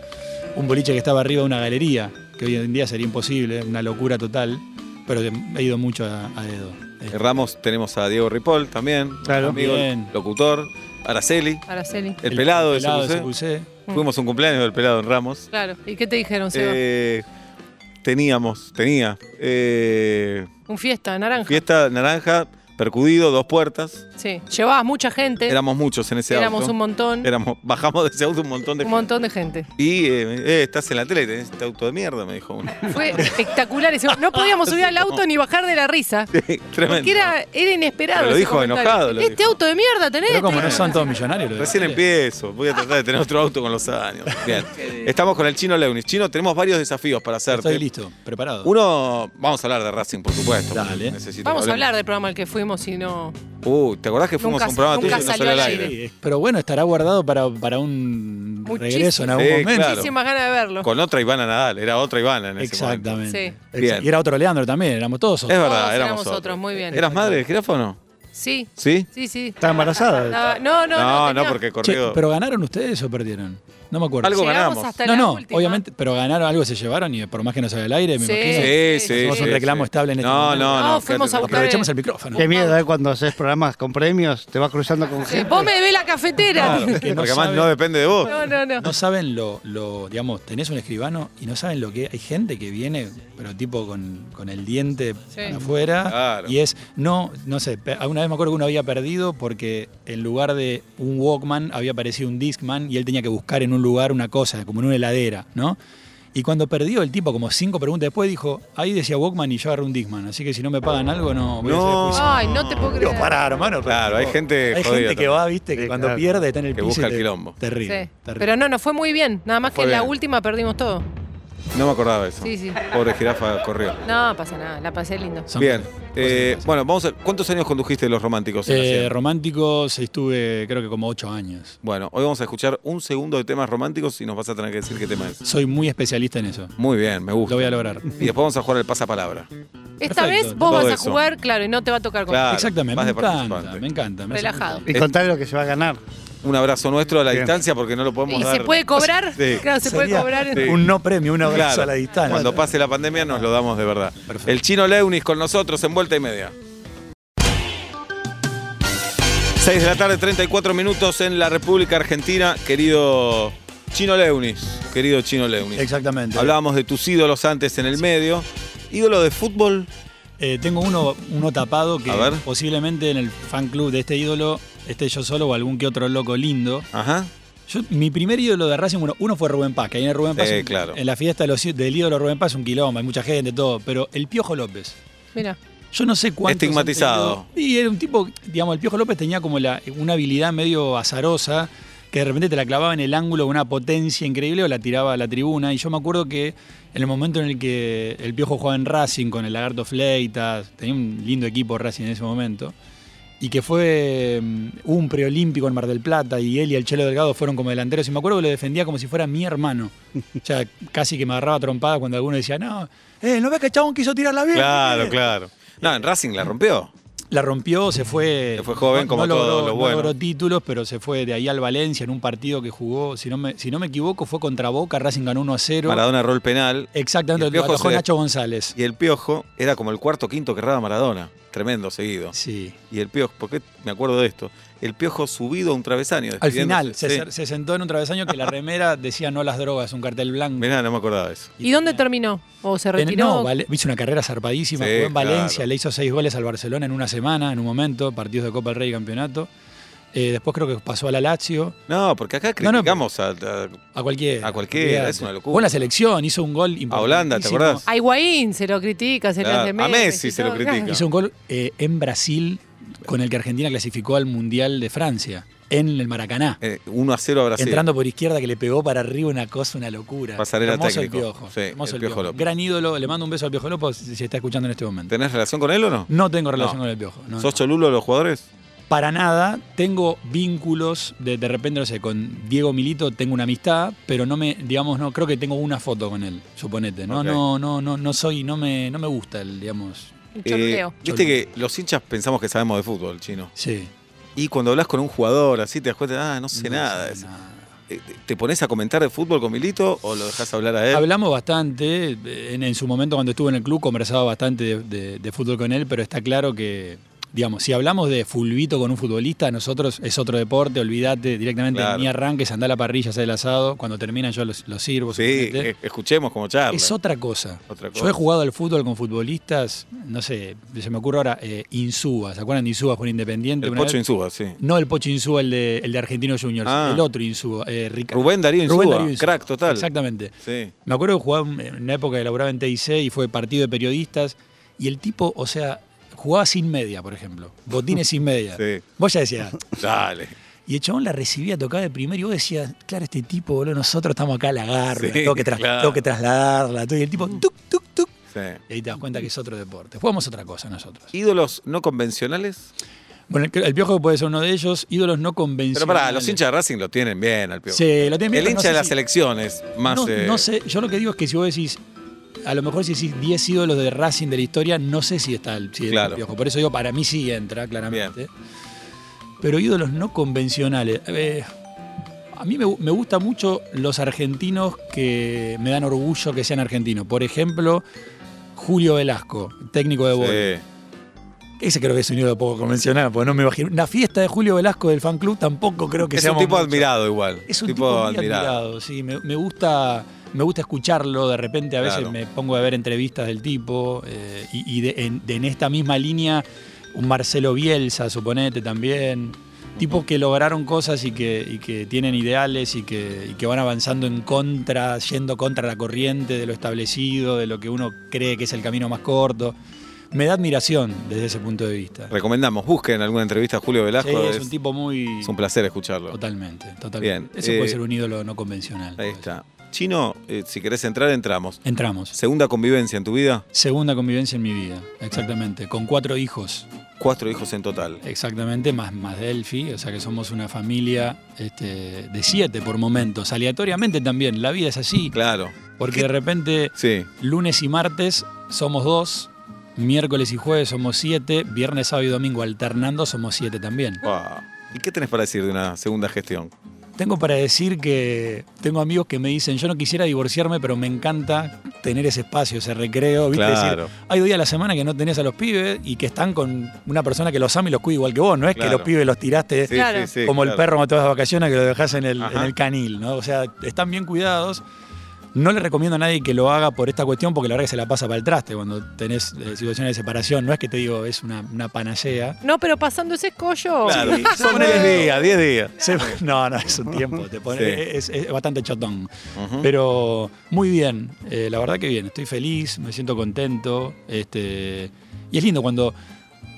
[SPEAKER 3] un boliche que estaba arriba de una galería, que hoy en día sería imposible, una locura total, pero he ido mucho a, a Edo.
[SPEAKER 2] En Ramos tenemos a Diego Ripoll también,
[SPEAKER 5] Claro.
[SPEAKER 2] amigo,
[SPEAKER 3] Bien.
[SPEAKER 2] locutor, Araceli,
[SPEAKER 4] Araceli.
[SPEAKER 2] el, pelado, de
[SPEAKER 3] pelado
[SPEAKER 2] CQC.
[SPEAKER 3] de CQC.
[SPEAKER 2] Fuimos a un cumpleaños del pelado en Ramos.
[SPEAKER 4] Claro. ¿Y qué te dijeron, Seba?
[SPEAKER 2] Eh, teníamos, tenía eh,
[SPEAKER 4] un fiesta, naranja.
[SPEAKER 2] fiesta naranja, percudido, dos puertas.
[SPEAKER 4] Sí. Llevabas mucha gente.
[SPEAKER 2] Éramos muchos en ese
[SPEAKER 4] Éramos
[SPEAKER 2] auto.
[SPEAKER 4] un montón.
[SPEAKER 2] Éramos, bajamos de ese auto un montón de gente.
[SPEAKER 4] un montón de gente.
[SPEAKER 2] Y eh, eh, estás en la tele y tenés este auto de mierda, me dijo
[SPEAKER 3] [laughs]
[SPEAKER 2] uno.
[SPEAKER 4] Fue espectacular. ese- No podíamos subir al auto ni bajar de la risa.
[SPEAKER 2] Tremendo.
[SPEAKER 4] Porque era, era inesperado.
[SPEAKER 2] Pero lo
[SPEAKER 4] ese
[SPEAKER 2] dijo
[SPEAKER 4] comentario.
[SPEAKER 2] enojado, lo
[SPEAKER 4] este
[SPEAKER 2] dijo.
[SPEAKER 4] auto de mierda tenés. este.
[SPEAKER 3] Pero como
[SPEAKER 4] tenés-
[SPEAKER 3] no son todos millonarios los de
[SPEAKER 2] Recién
[SPEAKER 3] Chile.
[SPEAKER 2] empiezo, voy a tratar de tener otro auto con los
[SPEAKER 3] [laughs]
[SPEAKER 2] años. Bien. Estamos con el chino Leunis. Chino, tenemos varios desafíos para hacerte.
[SPEAKER 3] Estoy listo, preparado.
[SPEAKER 2] Uno, vamos a hablar de Racing, por supuesto.
[SPEAKER 3] Dale.
[SPEAKER 2] Necesito
[SPEAKER 4] Vamos
[SPEAKER 2] que hablemos.
[SPEAKER 4] a hablar del programa al que fuimos y no.
[SPEAKER 2] Uh, ¿te acordás que fuimos
[SPEAKER 4] Nunca-
[SPEAKER 2] a un programa tuyo
[SPEAKER 4] nunca
[SPEAKER 2] y no
[SPEAKER 4] salió
[SPEAKER 2] salió al
[SPEAKER 4] al
[SPEAKER 2] aire?
[SPEAKER 4] aire.
[SPEAKER 3] Sí, pero bueno, estará guardado para, para un
[SPEAKER 4] Muchísimo.
[SPEAKER 3] regreso en algún
[SPEAKER 2] Sí,
[SPEAKER 3] momento.
[SPEAKER 2] Claro.
[SPEAKER 4] Muchísimas ganas de verlo.
[SPEAKER 2] Con otra Ivana Nadal, era otra Ivana en ese momento.
[SPEAKER 3] Exactamente.
[SPEAKER 2] Sí. Bien.
[SPEAKER 3] Y era otro Leandro también, éramos todos
[SPEAKER 2] Es
[SPEAKER 3] otros.
[SPEAKER 2] verdad,
[SPEAKER 4] Todos
[SPEAKER 2] éramos
[SPEAKER 4] éramos
[SPEAKER 2] otros.
[SPEAKER 4] otros, muy bien.
[SPEAKER 2] ¿Eras madre de jirafa o no?
[SPEAKER 4] Sí,
[SPEAKER 2] ¿Sí?
[SPEAKER 4] sí, sí.
[SPEAKER 5] Está embarazada.
[SPEAKER 4] Estaba- No, no, no.
[SPEAKER 2] no,
[SPEAKER 4] tenía-
[SPEAKER 2] porque
[SPEAKER 3] Che,
[SPEAKER 2] corrió.
[SPEAKER 3] ¿Pero ganaron ustedes o perdieron? No me acuerdo.
[SPEAKER 2] Algo
[SPEAKER 4] Llegamos
[SPEAKER 2] ganamos.
[SPEAKER 4] hasta
[SPEAKER 3] no,
[SPEAKER 4] la
[SPEAKER 3] no,
[SPEAKER 4] última.
[SPEAKER 3] obviamente, pero ganaron algo, se llevaron y por más que no salga al aire, me
[SPEAKER 4] Sí.
[SPEAKER 3] imagino.
[SPEAKER 2] sí, sí.
[SPEAKER 3] Hacemos
[SPEAKER 2] sí,
[SPEAKER 3] un reclamo
[SPEAKER 2] sí.
[SPEAKER 3] estable en este
[SPEAKER 2] No,
[SPEAKER 3] momento.
[SPEAKER 2] no, no.
[SPEAKER 4] No, fuimos
[SPEAKER 2] quédate
[SPEAKER 4] a buscar-
[SPEAKER 2] tranquilo.
[SPEAKER 3] Aprovechemos el micrófono.
[SPEAKER 5] Qué miedo, ¿eh? Cuando haces programas con premios, te vas cruzando con
[SPEAKER 4] Sí,
[SPEAKER 5] gente.
[SPEAKER 4] vos me debés la cafetera.
[SPEAKER 2] Claro,
[SPEAKER 3] [laughs] Que no
[SPEAKER 2] porque además
[SPEAKER 3] sabe-
[SPEAKER 2] no depende de vos.
[SPEAKER 4] [laughs] No, no, no.
[SPEAKER 3] No saben lo, lo, digamos, tenés un escribano y no saben lo que hay gente que viene, pero tipo con, con el diente para afuera
[SPEAKER 2] Claro.
[SPEAKER 3] y es, no, no sé, pe- alguna vez me acuerdo que uno había perdido porque en lugar de un Walkman había aparecido un Discman y él tenía que buscar en un lugar una cosa, como en una heladera, ¿no? Y cuando perdió el tipo, como cinco preguntas después, dijo, ahí decía Walkman y yo agarré un Discman, así que si no me pagan algo no voy
[SPEAKER 2] No.
[SPEAKER 3] a hacer juicio".
[SPEAKER 4] Ay, no te puedo creer.
[SPEAKER 3] Digo, pará, hermano. pero
[SPEAKER 2] Claro, hay
[SPEAKER 3] tipo,
[SPEAKER 2] gente jodida
[SPEAKER 3] Hay gente que
[SPEAKER 2] también.
[SPEAKER 3] va, viste, que
[SPEAKER 5] Sí,
[SPEAKER 3] cuando
[SPEAKER 5] claro.
[SPEAKER 3] pierde está en el
[SPEAKER 2] Que
[SPEAKER 3] piso. y
[SPEAKER 2] busca el
[SPEAKER 3] te-
[SPEAKER 2] quilombo.
[SPEAKER 3] Terrible,
[SPEAKER 4] Sí.
[SPEAKER 3] terrible.
[SPEAKER 4] Pero no, no fue muy bien. Nada más
[SPEAKER 2] Fue
[SPEAKER 4] que en la
[SPEAKER 2] bien.
[SPEAKER 4] última perdimos todo.
[SPEAKER 2] No me acordaba de eso.
[SPEAKER 4] Sí, sí.
[SPEAKER 2] Pobre jirafa corrió.
[SPEAKER 4] No, pasa nada, la pasé lindo.
[SPEAKER 3] Son
[SPEAKER 2] Bien.
[SPEAKER 3] cosas que
[SPEAKER 2] eh,
[SPEAKER 3] pasan.
[SPEAKER 2] bueno, vamos a. ¿Cuántos años condujiste de los románticos? en la
[SPEAKER 3] Eh,
[SPEAKER 2] ciudad?
[SPEAKER 3] románticos estuve creo que como ocho años.
[SPEAKER 2] bueno, hoy vamos a escuchar un segundo de temas románticos y nos vas a tener que decir qué tema es.
[SPEAKER 3] Soy muy especialista en eso.
[SPEAKER 2] Muy bien, me gusta.
[SPEAKER 3] Lo voy a lograr.
[SPEAKER 2] Y después vamos a jugar el pasapalabra.
[SPEAKER 4] Esta
[SPEAKER 3] Perfecto,
[SPEAKER 4] vez vos
[SPEAKER 2] todo
[SPEAKER 4] vas a
[SPEAKER 2] eso.
[SPEAKER 4] jugar, claro, y no te va a tocar con
[SPEAKER 2] Claro.
[SPEAKER 3] Exactamente,
[SPEAKER 2] vas
[SPEAKER 3] me
[SPEAKER 2] de
[SPEAKER 3] encanta,
[SPEAKER 2] participante.
[SPEAKER 3] me encanta. me hace
[SPEAKER 4] [laughs] relajado.
[SPEAKER 5] Y contarle lo que se va a ganar.
[SPEAKER 2] Un abrazo nuestro a la
[SPEAKER 5] Bien.
[SPEAKER 2] distancia porque no lo podemos
[SPEAKER 4] ¿Y
[SPEAKER 2] dar.
[SPEAKER 4] se puede cobrar?
[SPEAKER 2] Sí.
[SPEAKER 4] Claro, se puede
[SPEAKER 3] Sería
[SPEAKER 4] cobrar. en-
[SPEAKER 2] Sí.
[SPEAKER 3] Un no premio, un abrazo
[SPEAKER 2] Claro,
[SPEAKER 3] a la distancia.
[SPEAKER 2] Cuando pase la pandemia nos lo damos de verdad.
[SPEAKER 3] Perfecto.
[SPEAKER 2] El chino Leunis con nosotros en vuelta y media. 6 de la tarde, 34 minutos en la República Argentina, querido Chino Leunis. Querido Chino Leunis.
[SPEAKER 3] Exactamente.
[SPEAKER 2] Hablábamos de tus ídolos antes en el medio. Ídolo de fútbol,
[SPEAKER 3] Eh, tengo uno, uno tapado que
[SPEAKER 2] A ver.
[SPEAKER 3] posiblemente en el fan club de este ídolo esté yo solo o algún que otro loco lindo.
[SPEAKER 2] ajá.
[SPEAKER 3] Yo, mi primer ídolo de Racing, bueno, uno fue Rubén Paz, que ahí en el Rubén Paz,
[SPEAKER 2] Sí,
[SPEAKER 3] un-
[SPEAKER 2] Eh, claro.
[SPEAKER 3] en la fiesta de los í- del ídolo Rubén Paz, un quilombo, hay mucha gente, todo, pero el Piojo López.
[SPEAKER 4] Mira.
[SPEAKER 3] Yo no sé cuánto.
[SPEAKER 2] Estigmatizado.
[SPEAKER 3] Y era un tipo, digamos, el Piojo López tenía como la, una habilidad medio azarosa, que de repente te la clavaba en el ángulo con una potencia increíble o la tiraba a la tribuna. Y yo me acuerdo que en el momento en el que el Piojo jugaba en Racing con el Lagarto Fleitas, tenía un lindo equipo Racing en ese momento. Y que fue mm, hubo un preolímpico en Mar del Plata y él y el Chelo Delgado fueron como delanteros. Y me acuerdo que lo defendía como si fuera mi hermano. O sea, casi que me agarraba trompada cuando alguno decía, no, eh, ¿no ves que el chabón quiso tirarla bien? Eh,
[SPEAKER 2] Claro, claro. No, en Racing la rompió.
[SPEAKER 3] La rompió, se fue.
[SPEAKER 2] Se fue joven como
[SPEAKER 3] logró-
[SPEAKER 2] todos los
[SPEAKER 3] no
[SPEAKER 2] buenos.
[SPEAKER 3] logró títulos, pero se fue de ahí al Valencia en un partido que jugó, si no me, si no me equivoco, fue contra Boca, Racing ganó 1 a 0.
[SPEAKER 2] Maradona rol penal. Y
[SPEAKER 3] Exactamente,
[SPEAKER 2] el
[SPEAKER 3] lo
[SPEAKER 2] Piojo
[SPEAKER 3] atajó
[SPEAKER 2] se-
[SPEAKER 3] Nacho González.
[SPEAKER 2] Y el piojo era como el cuarto quinto que erraba Maradona. Tremendo seguido.
[SPEAKER 3] Sí.
[SPEAKER 2] Y el piojo, ¿por qué me acuerdo de esto? El piojo subido a un travesaño.
[SPEAKER 3] Al
[SPEAKER 2] despidiéndose.
[SPEAKER 3] final, se,
[SPEAKER 2] Sí.
[SPEAKER 3] se- se sentó en un travesaño que la remera decía no a las drogas, un cartel blanco.
[SPEAKER 2] Mirá, no me acordaba de eso.
[SPEAKER 4] ¿Y dónde terminó? ¿O se
[SPEAKER 3] En-
[SPEAKER 4] retiró?
[SPEAKER 3] no, Vale- hizo una carrera zarpadísima,
[SPEAKER 2] Sí,
[SPEAKER 3] jugó en Valencia,
[SPEAKER 2] claro.
[SPEAKER 3] le hizo seis goles al Barcelona en una semana, en un momento, partidos de Copa del Rey y campeonato. Eh, después creo que pasó a la Lazio.
[SPEAKER 2] No, porque acá
[SPEAKER 3] No, no,
[SPEAKER 2] criticamos a- a
[SPEAKER 3] A cualquiera.
[SPEAKER 2] A cualquiera,
[SPEAKER 3] olvidate.
[SPEAKER 2] es una locura.
[SPEAKER 3] Jugó en la selección, hizo un gol importante.
[SPEAKER 2] Holanda, ¿te acordás?
[SPEAKER 4] A Higuaín se lo critica, se
[SPEAKER 2] Claro,
[SPEAKER 4] le hace
[SPEAKER 2] a
[SPEAKER 4] memes
[SPEAKER 2] Messi
[SPEAKER 4] y
[SPEAKER 2] se lo
[SPEAKER 4] todo.
[SPEAKER 2] critica.
[SPEAKER 4] Claro.
[SPEAKER 3] Hizo un gol eh, en Brasil con el que Argentina clasificó al Mundial de Francia, en el Maracaná.
[SPEAKER 2] Eh, 1 a 0 a Brasil.
[SPEAKER 3] Entrando por izquierda que le pegó para arriba una cosa, una locura.
[SPEAKER 2] Pasarela
[SPEAKER 3] hermoso el
[SPEAKER 2] técnico.
[SPEAKER 3] piojo.
[SPEAKER 2] Sí,
[SPEAKER 3] hermoso
[SPEAKER 2] el
[SPEAKER 3] el
[SPEAKER 2] Piojo
[SPEAKER 3] piojo.
[SPEAKER 2] López.
[SPEAKER 3] Gran ídolo, le mando un beso al piojo López si está escuchando en este momento.
[SPEAKER 2] ¿Tenés relación con él o no?
[SPEAKER 3] No tengo relación
[SPEAKER 2] No.
[SPEAKER 3] con el piojo. no,
[SPEAKER 2] ¿Sos
[SPEAKER 3] no.
[SPEAKER 2] cholulo de los jugadores?
[SPEAKER 3] Para nada, tengo vínculos, de, de repente, no sé, con Diego Milito tengo una amistad, pero no me, digamos, no, creo que tengo una foto con él, suponete. No,
[SPEAKER 2] Ok.
[SPEAKER 3] no, no, no, no soy, no me, no me gusta el, digamos.
[SPEAKER 4] Un
[SPEAKER 2] Eh,
[SPEAKER 4] chorleo.
[SPEAKER 2] Viste que los hinchas pensamos que sabemos de fútbol, chino.
[SPEAKER 3] Sí.
[SPEAKER 2] Y cuando hablas con un jugador así, te das cuenta, ah, no sé
[SPEAKER 3] no
[SPEAKER 2] nada.
[SPEAKER 3] sé
[SPEAKER 2] Es-
[SPEAKER 3] nada.
[SPEAKER 2] eh, ¿Te- ¿Te pones a comentar de fútbol con Milito o lo dejas hablar a él?
[SPEAKER 3] Hablamos bastante, en, en su momento cuando estuvo en el club conversaba bastante de, de- de fútbol con él, pero está claro que, digamos, si hablamos de fulbito con un futbolista, nosotros es otro deporte, olvídate directamente,
[SPEAKER 2] Claro.
[SPEAKER 3] ni arranques, andá a la parrilla, hacer el asado, cuando termina yo los, los sirvo.
[SPEAKER 2] sí,
[SPEAKER 3] suponete.
[SPEAKER 2] eh, escuchemos como charla.
[SPEAKER 3] es otra cosa.
[SPEAKER 2] Otra cosa.
[SPEAKER 3] Yo he jugado al fútbol con futbolistas, no sé, se me ocurre ahora, eh, Insúa, ¿se acuerdan de Insúa con Independiente?
[SPEAKER 2] El
[SPEAKER 3] Una
[SPEAKER 2] Pocho
[SPEAKER 3] vez-
[SPEAKER 2] Insúa,
[SPEAKER 3] [laughs]
[SPEAKER 2] sí.
[SPEAKER 3] No el Pocho Insúa, el de, el de Argentino Juniors,
[SPEAKER 2] Ah.
[SPEAKER 3] el otro Insúa, eh, Rica-
[SPEAKER 2] Rubén Darío Insúa,
[SPEAKER 3] Rubén Darío Insúa.
[SPEAKER 2] crack total.
[SPEAKER 3] Exactamente.
[SPEAKER 2] Sí.
[SPEAKER 3] Me acuerdo que jugaba en una época que laburaba en TIC y fue partido de periodistas. Y el tipo, o sea, jugaba sin media, por ejemplo. Botines sin media.
[SPEAKER 2] Sí.
[SPEAKER 3] Vos ya decías.
[SPEAKER 2] Dale.
[SPEAKER 3] Y el chabón la recibía, tocaba de primero y vos decías, claro, este tipo, boludo, nosotros estamos acá a la garra,
[SPEAKER 2] Sí,
[SPEAKER 3] tengo, que tras-
[SPEAKER 2] claro. Mm.
[SPEAKER 3] tengo que trasladarla. todo. Y el tipo, tuk, tuk, tuk.
[SPEAKER 2] Sí.
[SPEAKER 3] Y ahí te das cuenta que es otro deporte. Jugamos otra cosa nosotros.
[SPEAKER 2] ¿Ídolos no convencionales?
[SPEAKER 3] Bueno, el, el piojo puede ser uno de ellos, ídolos no
[SPEAKER 2] Pero
[SPEAKER 3] convencionales.
[SPEAKER 2] pará, los hinchas de Racing lo tienen bien al Piojo.
[SPEAKER 3] Sí, lo tienen bien,
[SPEAKER 2] El
[SPEAKER 3] pero no
[SPEAKER 2] hincha
[SPEAKER 3] sé
[SPEAKER 2] de las
[SPEAKER 3] si-
[SPEAKER 2] elecciones, más.
[SPEAKER 3] no,
[SPEAKER 2] eh,
[SPEAKER 3] no sé, yo lo que digo es que si vos decís, a lo mejor si decís 10 ídolos de Racing de la historia, no sé si está el, si está
[SPEAKER 2] Claro.
[SPEAKER 3] el piojo. Por eso digo, para mí sí entra, claramente. Pero ídolos no convencionales. Eh, a mí me, gu- me gusta mucho los argentinos que me dan orgullo que sean argentinos. Por ejemplo, Julio Velasco, técnico de Boca.
[SPEAKER 2] sí.
[SPEAKER 3] Ese creo que es un ídolo poco convencional, porque no me imagino. La fiesta de Julio Velasco del fan club tampoco creo que
[SPEAKER 2] es
[SPEAKER 3] sea
[SPEAKER 2] un tipo admirado igual.
[SPEAKER 3] es un tipo, muy admirado. sí. Me, me gusta, me gusta escucharlo. De repente a veces
[SPEAKER 2] Claro.
[SPEAKER 3] me pongo a ver entrevistas del tipo. eh, y y de- en, de- en esta misma línea, un Marcelo Bielsa, suponete, también. Tipos que lograron cosas y que, y que tienen ideales y que, y que van avanzando en contra, yendo contra la corriente de lo establecido, de lo que uno cree que es el camino más corto. Me da admiración desde ese punto de vista.
[SPEAKER 2] Recomendamos, busquen alguna entrevista a Julio Velasco.
[SPEAKER 3] Sí,
[SPEAKER 2] es,
[SPEAKER 3] es un tipo muy...
[SPEAKER 2] es un placer escucharlo.
[SPEAKER 3] Totalmente, totalmente.
[SPEAKER 2] Bien,
[SPEAKER 3] Eso
[SPEAKER 2] eh,
[SPEAKER 3] puede ser un ídolo no convencional.
[SPEAKER 2] Ahí está. Chino, eh, si querés entrar, entramos.
[SPEAKER 3] Entramos.
[SPEAKER 2] Segunda convivencia en tu vida,
[SPEAKER 3] Segunda convivencia en mi vida, exactamente. Con cuatro hijos,
[SPEAKER 2] cuatro hijos en total.
[SPEAKER 3] exactamente, más, más Delphi. O sea que somos una familia este, de siete por momentos. Aleatoriamente también, la vida es así.
[SPEAKER 2] Claro,
[SPEAKER 3] Porque de repente,
[SPEAKER 2] sí.
[SPEAKER 3] lunes y martes somos dos, miércoles y jueves somos siete, viernes, sábado y domingo alternando somos siete también.
[SPEAKER 2] Wow. ¿Y qué tenés para decir de una segunda gestión?
[SPEAKER 3] Tengo para decir que tengo amigos que me dicen, yo no quisiera divorciarme, pero me encanta tener ese espacio, ese recreo. ¿viste? Es decir,
[SPEAKER 2] Claro.
[SPEAKER 3] hay días a la semana que no tenés a los pibes y que están con una persona que los ama y los cuida igual que vos. No es que
[SPEAKER 2] Claro.
[SPEAKER 3] los pibes los tiraste
[SPEAKER 2] Sí,
[SPEAKER 4] Claro.
[SPEAKER 2] sí, sí,
[SPEAKER 3] como el
[SPEAKER 2] claro.
[SPEAKER 3] perro cuando te vas de vacaciones que lo dejas en el, en
[SPEAKER 2] Ajá.
[SPEAKER 3] el canil, ¿no? O sea, están bien cuidados. No le recomiendo a nadie que lo haga por esta cuestión porque la verdad que se la pasa para el traste cuando tenés eh, situaciones de separación. No es que te digo, es una, una panacea.
[SPEAKER 4] No, pero pasando ese escollo.
[SPEAKER 2] Claro,
[SPEAKER 4] [laughs]
[SPEAKER 3] Sí.
[SPEAKER 2] son 10 días, 10 días.
[SPEAKER 3] Se- [laughs] no, no, es un tiempo. te pone-
[SPEAKER 2] Sí.
[SPEAKER 3] es, es bastante chotón.
[SPEAKER 2] Ujú.
[SPEAKER 3] Pero muy bien, eh, la verdad que bien. Estoy feliz, me siento contento. Este, y es lindo cuando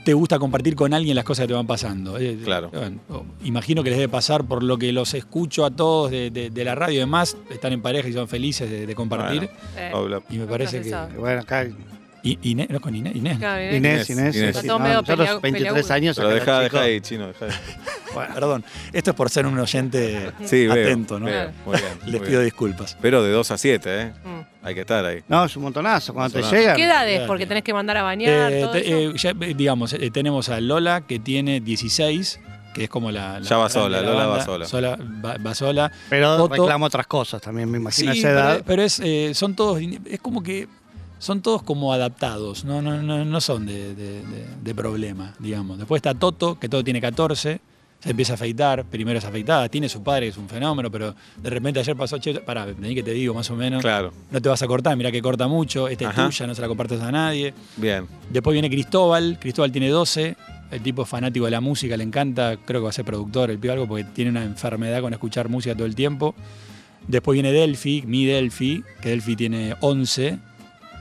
[SPEAKER 3] te gusta compartir con alguien las cosas que te van pasando. Eh,
[SPEAKER 2] Claro.
[SPEAKER 3] bueno, o- imagino que les debe pasar por lo que los escucho a todos de, de- de la radio y demás. Están en pareja y son felices de, de compartir.
[SPEAKER 2] Bueno.
[SPEAKER 4] Eh,
[SPEAKER 2] Habla.
[SPEAKER 3] Y me parece que.
[SPEAKER 4] pensaba.
[SPEAKER 5] Bueno, acá
[SPEAKER 3] I- Inés, ¿no es con Inés? Inés.
[SPEAKER 4] claro, ¿eh?
[SPEAKER 2] Inés,
[SPEAKER 5] Inés, Inés.
[SPEAKER 2] Inés.
[SPEAKER 5] Inés.
[SPEAKER 4] Está todo medio
[SPEAKER 5] nosotros
[SPEAKER 4] pelea-
[SPEAKER 5] 23 años.
[SPEAKER 2] Pero
[SPEAKER 5] acá,
[SPEAKER 2] deja,
[SPEAKER 5] chico.
[SPEAKER 2] deja ahí, chino, deja ahí.
[SPEAKER 3] Bueno, perdón, esto es por ser un oyente
[SPEAKER 2] Sí, veo,
[SPEAKER 3] atento, ¿no?
[SPEAKER 2] veo, Muy bien. muy
[SPEAKER 3] [laughs] Les
[SPEAKER 2] bien.
[SPEAKER 3] pido disculpas.
[SPEAKER 2] Pero de 2 a 7, ¿eh?
[SPEAKER 4] Mm.
[SPEAKER 2] Hay que estar ahí.
[SPEAKER 5] No, es un montonazo. Cuando te
[SPEAKER 2] Montonazo.
[SPEAKER 5] llegan.
[SPEAKER 4] ¿Qué edades?
[SPEAKER 3] Claro.
[SPEAKER 4] Porque tenés que mandar a bañar.
[SPEAKER 3] Eh,
[SPEAKER 4] todo
[SPEAKER 3] te- eh,
[SPEAKER 4] eso.
[SPEAKER 3] ya, eh, digamos, eh, tenemos a Lola que tiene 16, que es como la. la
[SPEAKER 2] Ya va
[SPEAKER 3] más grande
[SPEAKER 2] sola,
[SPEAKER 3] de la
[SPEAKER 2] Lola va
[SPEAKER 3] banda.
[SPEAKER 2] sola.
[SPEAKER 3] va, va sola.
[SPEAKER 5] Pero
[SPEAKER 3] Otto-
[SPEAKER 5] reclama otras cosas también, me imagino,
[SPEAKER 3] Sí,
[SPEAKER 5] a esa edad.
[SPEAKER 3] pero, pero es, eh, son todos. Es como que. Son todos como adaptados, no, no, no, no son de, de- de- de problema, digamos. Después está Toto, que todo tiene 14, se empieza a afeitar, primero es afeitada, tiene su padre, que es un fenómeno, pero de repente ayer pasó, che, pará, vení que te digo más o menos,
[SPEAKER 2] Claro,
[SPEAKER 3] no te vas a cortar, mirá que corta mucho, esta
[SPEAKER 2] Ajá.
[SPEAKER 3] es tuya, no se la compartes a nadie.
[SPEAKER 2] bien.
[SPEAKER 3] Después viene Cristóbal, Cristóbal tiene 12, el tipo es fanático de la música, le encanta, creo que va a ser productor, el pibe algo, porque tiene una enfermedad con escuchar música todo el tiempo. Después viene Delphi, mi Delphi, que Delphi tiene 11,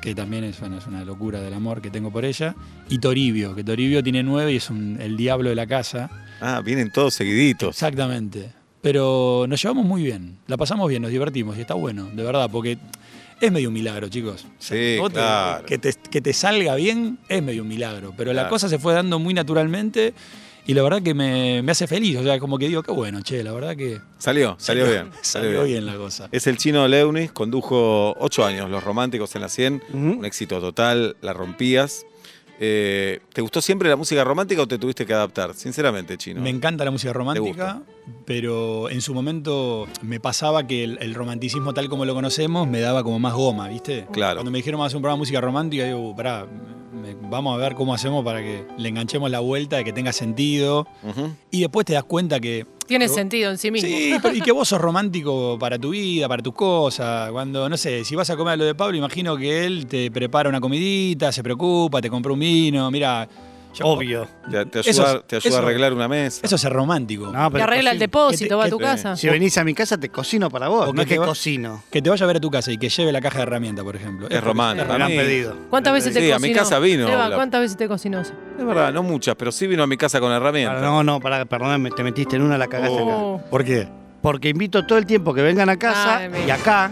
[SPEAKER 3] que también es, bueno, es una locura del amor que tengo por ella. Y Toribio, que Toribio tiene 9 y es un- el diablo de la casa.
[SPEAKER 2] Ah, vienen todos seguiditos.
[SPEAKER 3] Exactamente. Pero nos llevamos muy bien, la pasamos bien, nos divertimos y está bueno, de verdad, porque es medio un milagro, chicos.
[SPEAKER 2] Sí,
[SPEAKER 3] Vos te-
[SPEAKER 2] claro.
[SPEAKER 3] que, te, que te salga bien es medio un milagro, pero
[SPEAKER 2] Claro.
[SPEAKER 3] la cosa se fue dando muy naturalmente y la verdad que me, me hace feliz, o sea, como que digo, qué bueno, che, la verdad que
[SPEAKER 2] Salió, salió
[SPEAKER 3] [laughs]
[SPEAKER 2] bien.
[SPEAKER 3] salió bien la cosa.
[SPEAKER 2] Es el chino Leunis, condujo ocho años Los Románticos en la 100,
[SPEAKER 5] Ujú.
[SPEAKER 2] un éxito total, la rompías. Eh, ¿Te gustó siempre la música romántica o te tuviste que adaptar? Sinceramente, chino.
[SPEAKER 3] Me encanta la música romántica,
[SPEAKER 2] gusta?
[SPEAKER 3] pero en su momento me pasaba que el, el romanticismo tal como lo conocemos me daba como más goma, ¿viste?
[SPEAKER 2] Claro.
[SPEAKER 3] Cuando me dijeron vamos a hacer un programa de música romántica, digo, "Uh, pará, me- vamos a ver cómo hacemos para que le enganchemos la vuelta, de que tenga sentido.
[SPEAKER 2] Ujú.
[SPEAKER 3] Y después te das cuenta que
[SPEAKER 4] Tiene
[SPEAKER 3] Yo-
[SPEAKER 4] sentido en sí mismo.
[SPEAKER 3] Sí, pero- y que vos sos romántico para tu vida, para tus cosas. Cuando, no sé, si vas a comer a lo de Pablo, imagino que él te prepara una comidita, se preocupa, te compra un vino, mira. yo-
[SPEAKER 5] Obvio.
[SPEAKER 2] Te, te
[SPEAKER 3] Eso
[SPEAKER 2] ayuda,
[SPEAKER 3] es-
[SPEAKER 2] te ayuda
[SPEAKER 3] eso-
[SPEAKER 2] a arreglar una mesa.
[SPEAKER 3] Eso es ser romántico.
[SPEAKER 5] No,
[SPEAKER 4] Te
[SPEAKER 5] pero
[SPEAKER 4] arregla el
[SPEAKER 5] cocino.
[SPEAKER 4] depósito, va a tu
[SPEAKER 2] Sí.
[SPEAKER 4] casa.
[SPEAKER 5] Si venís a mi casa, te cocino para vos.
[SPEAKER 3] O
[SPEAKER 5] No
[SPEAKER 3] que
[SPEAKER 5] es que
[SPEAKER 3] te va-
[SPEAKER 5] cocino.
[SPEAKER 3] Que te vaya a ver a tu casa y que lleve la caja de herramientas, por ejemplo.
[SPEAKER 2] es romántico.
[SPEAKER 5] Me lo
[SPEAKER 2] A
[SPEAKER 5] han
[SPEAKER 2] mí-
[SPEAKER 5] pedido.
[SPEAKER 4] ¿Cuántas veces te
[SPEAKER 2] Sí,
[SPEAKER 4] cocinó?
[SPEAKER 2] a mi casa vino
[SPEAKER 4] Eva,
[SPEAKER 2] la-
[SPEAKER 4] ¿cuántas veces te cocinó?
[SPEAKER 2] Es verdad, no muchas, pero sí vino a mi casa con
[SPEAKER 5] Para-
[SPEAKER 2] herramientas.
[SPEAKER 5] No, no, para, perdóname, te metiste en una, la cagaste acá.
[SPEAKER 4] Oh.
[SPEAKER 3] ¿Por qué?
[SPEAKER 5] Porque invito todo el tiempo que vengan a casa
[SPEAKER 4] Ay, mira.
[SPEAKER 5] y acá,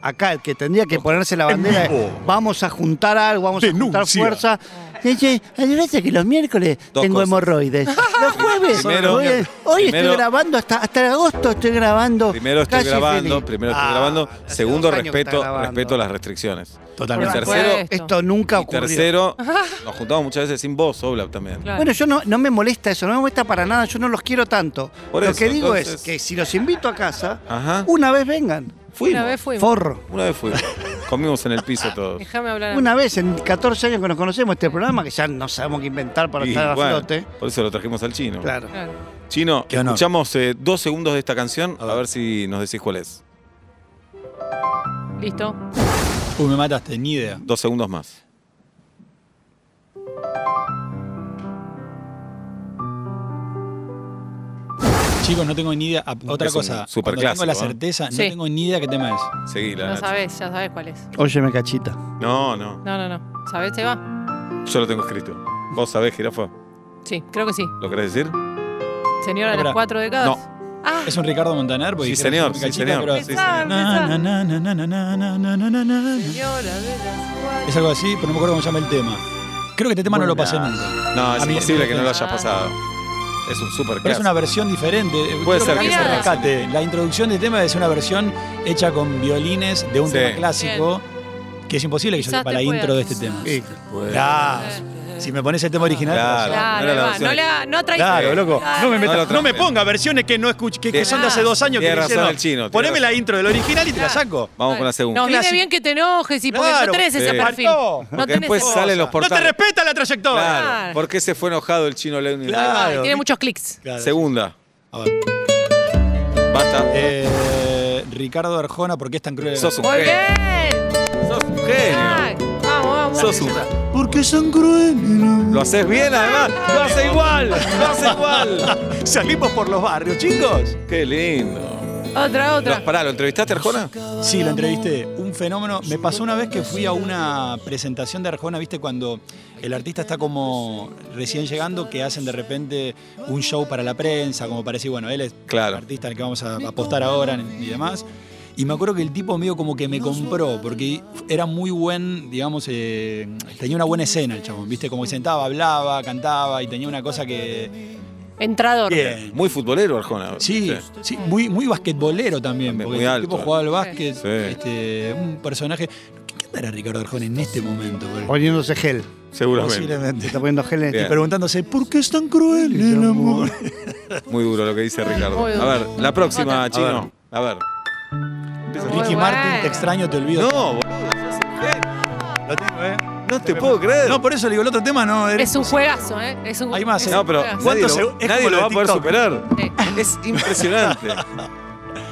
[SPEAKER 5] acá el que tendría que ponerse la bandera, de, vamos a juntar algo, vamos a juntar
[SPEAKER 3] Denuncia.
[SPEAKER 5] fuerza. Dice, Hay veces que los miércoles
[SPEAKER 2] Dos
[SPEAKER 5] tengo
[SPEAKER 2] cosas.
[SPEAKER 5] hemorroides. Los jueves,
[SPEAKER 2] Primero-
[SPEAKER 5] hoy, hoy
[SPEAKER 2] primero-
[SPEAKER 5] estoy grabando, hasta, hasta agosto estoy grabando.
[SPEAKER 2] Primero estoy
[SPEAKER 5] Casi
[SPEAKER 2] grabando,
[SPEAKER 5] feliz.
[SPEAKER 2] primero estoy
[SPEAKER 5] Ah,
[SPEAKER 2] grabando.
[SPEAKER 5] hace
[SPEAKER 2] Segundo,
[SPEAKER 5] dos años que
[SPEAKER 2] respeto,
[SPEAKER 5] está grabando.
[SPEAKER 2] respeto las restricciones.
[SPEAKER 3] Totalmente.
[SPEAKER 2] Por
[SPEAKER 4] Tercero,
[SPEAKER 2] Tercero,
[SPEAKER 5] Esto nunca
[SPEAKER 2] Y
[SPEAKER 5] ocurrió. [laughs]
[SPEAKER 2] tercero, nos juntamos muchas veces sin vos, Oblap también.
[SPEAKER 4] Claro.
[SPEAKER 5] Bueno, yo no, no me molesta eso, no me molesta para nada, yo no los quiero tanto.
[SPEAKER 2] Por
[SPEAKER 5] Lo
[SPEAKER 2] eso,
[SPEAKER 5] que digo es
[SPEAKER 2] entonces-
[SPEAKER 5] que si los invito a casa,
[SPEAKER 2] Ajá.
[SPEAKER 5] una vez vengan.
[SPEAKER 2] Fuimos.
[SPEAKER 4] Una vez fuimos.
[SPEAKER 5] Forro.
[SPEAKER 2] Una vez fuimos. Comimos en el piso todos.
[SPEAKER 4] Déjame hablar. a mí.
[SPEAKER 5] Una vez en 14 años que nos conocemos este programa, que ya no sabemos qué inventar para
[SPEAKER 2] Y,
[SPEAKER 5] estar a
[SPEAKER 2] bueno,
[SPEAKER 5] flote.
[SPEAKER 2] por eso lo trajimos al chino.
[SPEAKER 5] Claro.
[SPEAKER 4] Claro.
[SPEAKER 2] Chino,
[SPEAKER 3] Qué honor.
[SPEAKER 2] escuchamos eh, dos segundos de esta canción, a
[SPEAKER 3] ver.
[SPEAKER 2] ver si nos decís cuál es.
[SPEAKER 4] Listo.
[SPEAKER 3] Uy, me mataste, ni idea.
[SPEAKER 2] Dos segundos más.
[SPEAKER 3] Chicos, no tengo ni idea. Ah, Otra
[SPEAKER 2] Es un
[SPEAKER 3] cosa, cuando
[SPEAKER 2] superclásico,
[SPEAKER 3] tengo la
[SPEAKER 2] ¿eh?
[SPEAKER 3] certeza, no
[SPEAKER 4] Sí.
[SPEAKER 3] tengo ni idea qué tema es.
[SPEAKER 2] Seguila.
[SPEAKER 4] No
[SPEAKER 2] Nacho.
[SPEAKER 4] sabes, ya sabes cuál es.
[SPEAKER 5] Óyeme, cachita.
[SPEAKER 2] No, no.
[SPEAKER 4] No, no, no. ¿Sabes, Eva?
[SPEAKER 2] Yo lo tengo escrito. ¿Vos sabés, jirafa?
[SPEAKER 4] Sí, creo que sí.
[SPEAKER 2] ¿Lo querés decir?
[SPEAKER 4] Señora de las
[SPEAKER 3] Pará.
[SPEAKER 4] cuatro décadas.
[SPEAKER 2] No.
[SPEAKER 4] Ah,
[SPEAKER 3] Es un Ricardo Montaner, porque
[SPEAKER 2] Sí,
[SPEAKER 3] dijeron,
[SPEAKER 2] señor,
[SPEAKER 3] "Es
[SPEAKER 2] sí,
[SPEAKER 3] una cachita",
[SPEAKER 2] señor.
[SPEAKER 3] pero-
[SPEAKER 2] Sí,
[SPEAKER 4] pensá,
[SPEAKER 3] Na, na, na,
[SPEAKER 4] pensá.
[SPEAKER 3] na, na, na, na, na, na, na, na.
[SPEAKER 4] Señora de las cuatro.
[SPEAKER 3] Es algo así, pero no me acuerdo cómo se llama el tema. Creo que este tema no lo pasé
[SPEAKER 2] Buena.
[SPEAKER 3] nunca.
[SPEAKER 2] No, es
[SPEAKER 3] A mí-
[SPEAKER 2] imposible que no lo
[SPEAKER 4] Ah.
[SPEAKER 2] hayas pasado. Es un super
[SPEAKER 3] Pero es una versión diferente. Eh,
[SPEAKER 2] Puede
[SPEAKER 3] Creo
[SPEAKER 2] ser
[SPEAKER 4] que
[SPEAKER 3] que
[SPEAKER 4] sea
[SPEAKER 3] se
[SPEAKER 4] una
[SPEAKER 3] rescate. La introducción del tema es una versión hecha con violines de un
[SPEAKER 2] Sí.
[SPEAKER 3] tema clásico que es imposible que yo
[SPEAKER 4] Quizás
[SPEAKER 3] sepa
[SPEAKER 4] te
[SPEAKER 3] la
[SPEAKER 4] pueda
[SPEAKER 3] intro de este
[SPEAKER 4] ayudar.
[SPEAKER 3] tema.
[SPEAKER 5] Y-
[SPEAKER 3] Claro.
[SPEAKER 4] Eh,
[SPEAKER 3] Si me pones el tema original. pues,
[SPEAKER 2] Claro.
[SPEAKER 4] Claro,
[SPEAKER 2] no era la
[SPEAKER 4] ahí va.
[SPEAKER 2] versión
[SPEAKER 4] no, le ha- no traigas-
[SPEAKER 3] Claro, loco. No me, metas-
[SPEAKER 2] No lo
[SPEAKER 3] no me
[SPEAKER 2] traje.
[SPEAKER 3] ponga versiones que no escuch- que, que son de hace dos años que
[SPEAKER 2] Tiene razón
[SPEAKER 3] hicieron.
[SPEAKER 2] el chino, tiene
[SPEAKER 3] Poneme la
[SPEAKER 2] razón.
[SPEAKER 3] intro del original y te la saco.
[SPEAKER 2] Vamos con la segunda.
[SPEAKER 4] Nos viene
[SPEAKER 3] Clásico.
[SPEAKER 4] bien que te enojes y porque
[SPEAKER 3] Claro,
[SPEAKER 4] no tenés ese
[SPEAKER 2] sí.
[SPEAKER 4] perfil.
[SPEAKER 3] Faltó.
[SPEAKER 4] No
[SPEAKER 2] Porque
[SPEAKER 4] tenés
[SPEAKER 2] después
[SPEAKER 4] ese-
[SPEAKER 2] salen los
[SPEAKER 3] No te
[SPEAKER 2] portales.
[SPEAKER 3] respeta la trayectoria.
[SPEAKER 2] Claro.
[SPEAKER 4] Claro.
[SPEAKER 2] ¿Por qué se fue enojado el chino Leonis?
[SPEAKER 3] Claro.
[SPEAKER 4] Ay, Tiene muchos clics.
[SPEAKER 3] Claro.
[SPEAKER 2] Segunda.
[SPEAKER 3] A ver.
[SPEAKER 2] Basta.
[SPEAKER 3] Eh, Ricardo Arjona, ¿por qué es tan cruel?
[SPEAKER 2] Sos un
[SPEAKER 4] Muy
[SPEAKER 2] genio.
[SPEAKER 4] bien.
[SPEAKER 2] Sos un genio.
[SPEAKER 4] Ay, Vamos, vamos.
[SPEAKER 2] Sos un
[SPEAKER 3] Porque es tan cruel?
[SPEAKER 2] Lo haces bien, además. Lo hace igual. Lo hace igual.
[SPEAKER 3] [laughs] Salimos por los barrios, chicos.
[SPEAKER 2] Qué lindo.
[SPEAKER 4] Otra, otra.
[SPEAKER 2] No, pará, ¿lo entrevistaste, Arjona?
[SPEAKER 3] Sí, lo entrevisté. Un fenómeno. Me pasó una vez que fui a una presentación de Arjona, viste, cuando el artista está como recién llegando, que hacen de repente un show para la prensa, como para decir, bueno, él es
[SPEAKER 2] Claro.
[SPEAKER 3] el artista al que vamos a apostar ahora y demás. Y me acuerdo que el tipo medio como que me compró, porque era muy buen, digamos, eh, tenía una buena escena el chabón, viste, como que sentaba, hablaba, cantaba y tenía una cosa que...
[SPEAKER 4] Entrador.
[SPEAKER 3] Bien.
[SPEAKER 2] Muy futbolero, Arjona.
[SPEAKER 3] Sí, sí, muy, muy basquetbolero también,
[SPEAKER 2] También,
[SPEAKER 3] porque
[SPEAKER 2] muy
[SPEAKER 3] el
[SPEAKER 2] alto,
[SPEAKER 3] tipo
[SPEAKER 2] eh.
[SPEAKER 3] jugaba al básquet,
[SPEAKER 2] Sí.
[SPEAKER 3] este, un personaje... ¿Qué andará Ricardo Arjona en este momento? boludo?
[SPEAKER 5] Poniéndose gel.
[SPEAKER 2] Seguramente.
[SPEAKER 5] Se
[SPEAKER 3] Posiblemente.
[SPEAKER 5] está poniendo gel en
[SPEAKER 2] Bien.
[SPEAKER 5] este.
[SPEAKER 3] Y preguntándose, ¿por qué es tan cruel el amor?
[SPEAKER 2] Muy duro lo que dice Ricardo.
[SPEAKER 4] Muy duro.
[SPEAKER 2] A ver, la próxima,
[SPEAKER 3] Otra.
[SPEAKER 2] chino. A ver.
[SPEAKER 4] Muy
[SPEAKER 3] Ricky Martin,
[SPEAKER 4] buena.
[SPEAKER 3] te extraño, te olvido.
[SPEAKER 2] No, boludo. sos un genio.
[SPEAKER 3] Lo tengo, ¿eh?
[SPEAKER 2] No te puedo creer.
[SPEAKER 3] No, por eso le digo, el otro tema no... era-
[SPEAKER 4] Es un juegazo, ¿eh? Es un,
[SPEAKER 3] Hay más,
[SPEAKER 4] es
[SPEAKER 3] eh.
[SPEAKER 2] No,
[SPEAKER 4] un
[SPEAKER 2] pero
[SPEAKER 4] juegazo.
[SPEAKER 3] ¿Cuánto
[SPEAKER 2] nadie,
[SPEAKER 3] se-
[SPEAKER 2] lo,
[SPEAKER 3] es
[SPEAKER 2] nadie
[SPEAKER 3] como lo
[SPEAKER 2] lo va a
[SPEAKER 3] de
[SPEAKER 2] poder
[SPEAKER 3] TikTok.
[SPEAKER 2] superar.
[SPEAKER 4] Sí.
[SPEAKER 2] Es impresionante.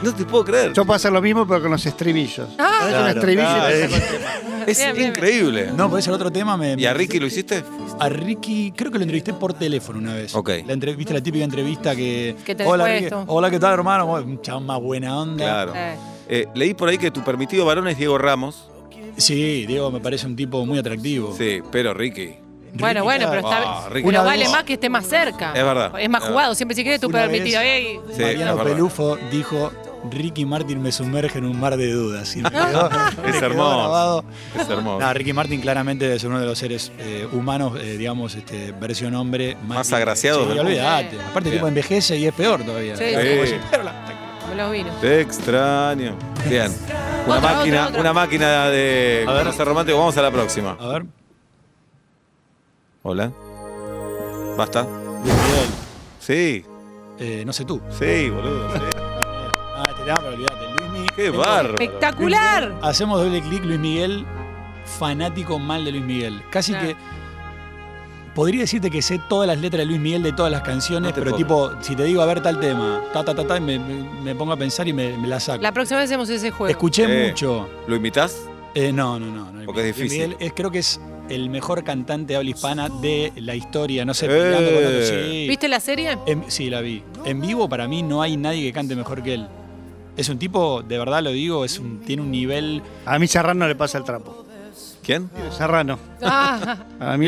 [SPEAKER 2] No te puedo creer.
[SPEAKER 5] Yo puedo hacer lo mismo, pero con los estribillos.
[SPEAKER 4] Ah.
[SPEAKER 5] Es un
[SPEAKER 3] Claro,
[SPEAKER 5] estribillo y
[SPEAKER 3] claro.
[SPEAKER 5] te saco el tema.
[SPEAKER 2] Es
[SPEAKER 4] Bien, bien,
[SPEAKER 2] increíble.
[SPEAKER 3] No, por eso el otro tema me...
[SPEAKER 2] ¿Y a Ricky lo hiciste?
[SPEAKER 3] A Ricky, creo que lo entrevisté por teléfono una vez.
[SPEAKER 2] Ok.
[SPEAKER 3] La entre- ¿Viste la típica entrevista que.
[SPEAKER 4] Que te
[SPEAKER 3] Hola,
[SPEAKER 4] después
[SPEAKER 3] Ricky.
[SPEAKER 4] esto".
[SPEAKER 3] Hola, ¿qué tal, hermano? Bueno, Un chabón más buena onda.
[SPEAKER 2] Claro.
[SPEAKER 4] Eh.
[SPEAKER 2] Eh, leí por ahí que tu permitido varón es Diego Ramos.
[SPEAKER 3] Sí, Diego me parece un tipo muy atractivo.
[SPEAKER 2] Sí, pero Ricky.
[SPEAKER 4] Bueno, bueno, pero
[SPEAKER 2] claro.
[SPEAKER 4] está.
[SPEAKER 2] Ah,
[SPEAKER 4] pero
[SPEAKER 2] Ricky.
[SPEAKER 3] Una
[SPEAKER 4] vale
[SPEAKER 3] vez-
[SPEAKER 4] más que esté más cerca.
[SPEAKER 2] Es verdad.
[SPEAKER 4] Es más
[SPEAKER 2] Es
[SPEAKER 4] jugado. Siempre si quieres tú
[SPEAKER 3] Una
[SPEAKER 4] permitido.
[SPEAKER 3] vez-
[SPEAKER 4] Ey.
[SPEAKER 2] Sí, es
[SPEAKER 3] Mariano
[SPEAKER 2] verdad.
[SPEAKER 3] Pelufo dijo: Ricky Martin me sumerge en un mar de dudas.
[SPEAKER 4] [laughs]
[SPEAKER 3] Y me quedó- me
[SPEAKER 2] Es
[SPEAKER 3] quedó
[SPEAKER 2] hermoso.
[SPEAKER 3] grabado.
[SPEAKER 2] Es hermoso.
[SPEAKER 3] No, Ricky Martin claramente es uno de los seres eh, humanos, eh, digamos, este, versión hombre
[SPEAKER 2] Más agraciados
[SPEAKER 3] Sí,
[SPEAKER 2] del mundo.
[SPEAKER 3] olvídate. Aparte, el
[SPEAKER 2] Bien.
[SPEAKER 3] tipo envejece y es peor todavía.
[SPEAKER 4] Sí,
[SPEAKER 2] Sí.
[SPEAKER 3] Pero la-
[SPEAKER 4] Me los vino.
[SPEAKER 2] Te extraño. Bien. Una
[SPEAKER 4] Otra,
[SPEAKER 2] máquina,
[SPEAKER 4] otra, otra.
[SPEAKER 2] una máquina de
[SPEAKER 3] A ver.
[SPEAKER 2] conocer romántico. Vamos a la próxima.
[SPEAKER 3] A ver.
[SPEAKER 2] Hola. ¿Basta?
[SPEAKER 3] Luis Miguel,
[SPEAKER 2] Sí,
[SPEAKER 3] eh, no sé tú.
[SPEAKER 2] sí, boludo. sí.
[SPEAKER 3] Ah, este tema, pero olvídate. Luis Miguel.
[SPEAKER 4] [laughs]
[SPEAKER 2] Qué bárbaro.
[SPEAKER 4] Espectacular.
[SPEAKER 3] Hacemos doble clic, Luis Miguel, fanático mal de Luis Miguel. Casi
[SPEAKER 4] Ah.
[SPEAKER 3] que. Podría decirte que sé todas las letras de Luis Miguel de todas las canciones,
[SPEAKER 2] No te
[SPEAKER 3] pero
[SPEAKER 2] puedo.
[SPEAKER 3] tipo, si te digo a ver tal tema, ta, ta, ta, ta, y me, me- me pongo a pensar y me, me la saco.
[SPEAKER 4] La próxima vez hacemos ese juego.
[SPEAKER 3] Escuché
[SPEAKER 2] Eh.
[SPEAKER 3] mucho.
[SPEAKER 2] ¿Lo imitas?
[SPEAKER 3] Eh, no, no, no, no.
[SPEAKER 2] Porque es
[SPEAKER 3] Luis
[SPEAKER 2] difícil.
[SPEAKER 3] Miguel es- creo que es el mejor cantante de habla hispana de la historia. No sé,
[SPEAKER 2] Eh.
[SPEAKER 3] peleando con otro. Sí.
[SPEAKER 4] ¿Viste
[SPEAKER 2] [laughs]
[SPEAKER 4] la serie?
[SPEAKER 3] En- sí, la vi. En vivo para mí no hay nadie que cante mejor que él. Es un tipo, de verdad lo digo, es un, tiene un nivel...
[SPEAKER 5] A mí Serrano le pasa el trapo.
[SPEAKER 2] ¿Quién?
[SPEAKER 5] Serrano.
[SPEAKER 4] Ah,
[SPEAKER 5] A mí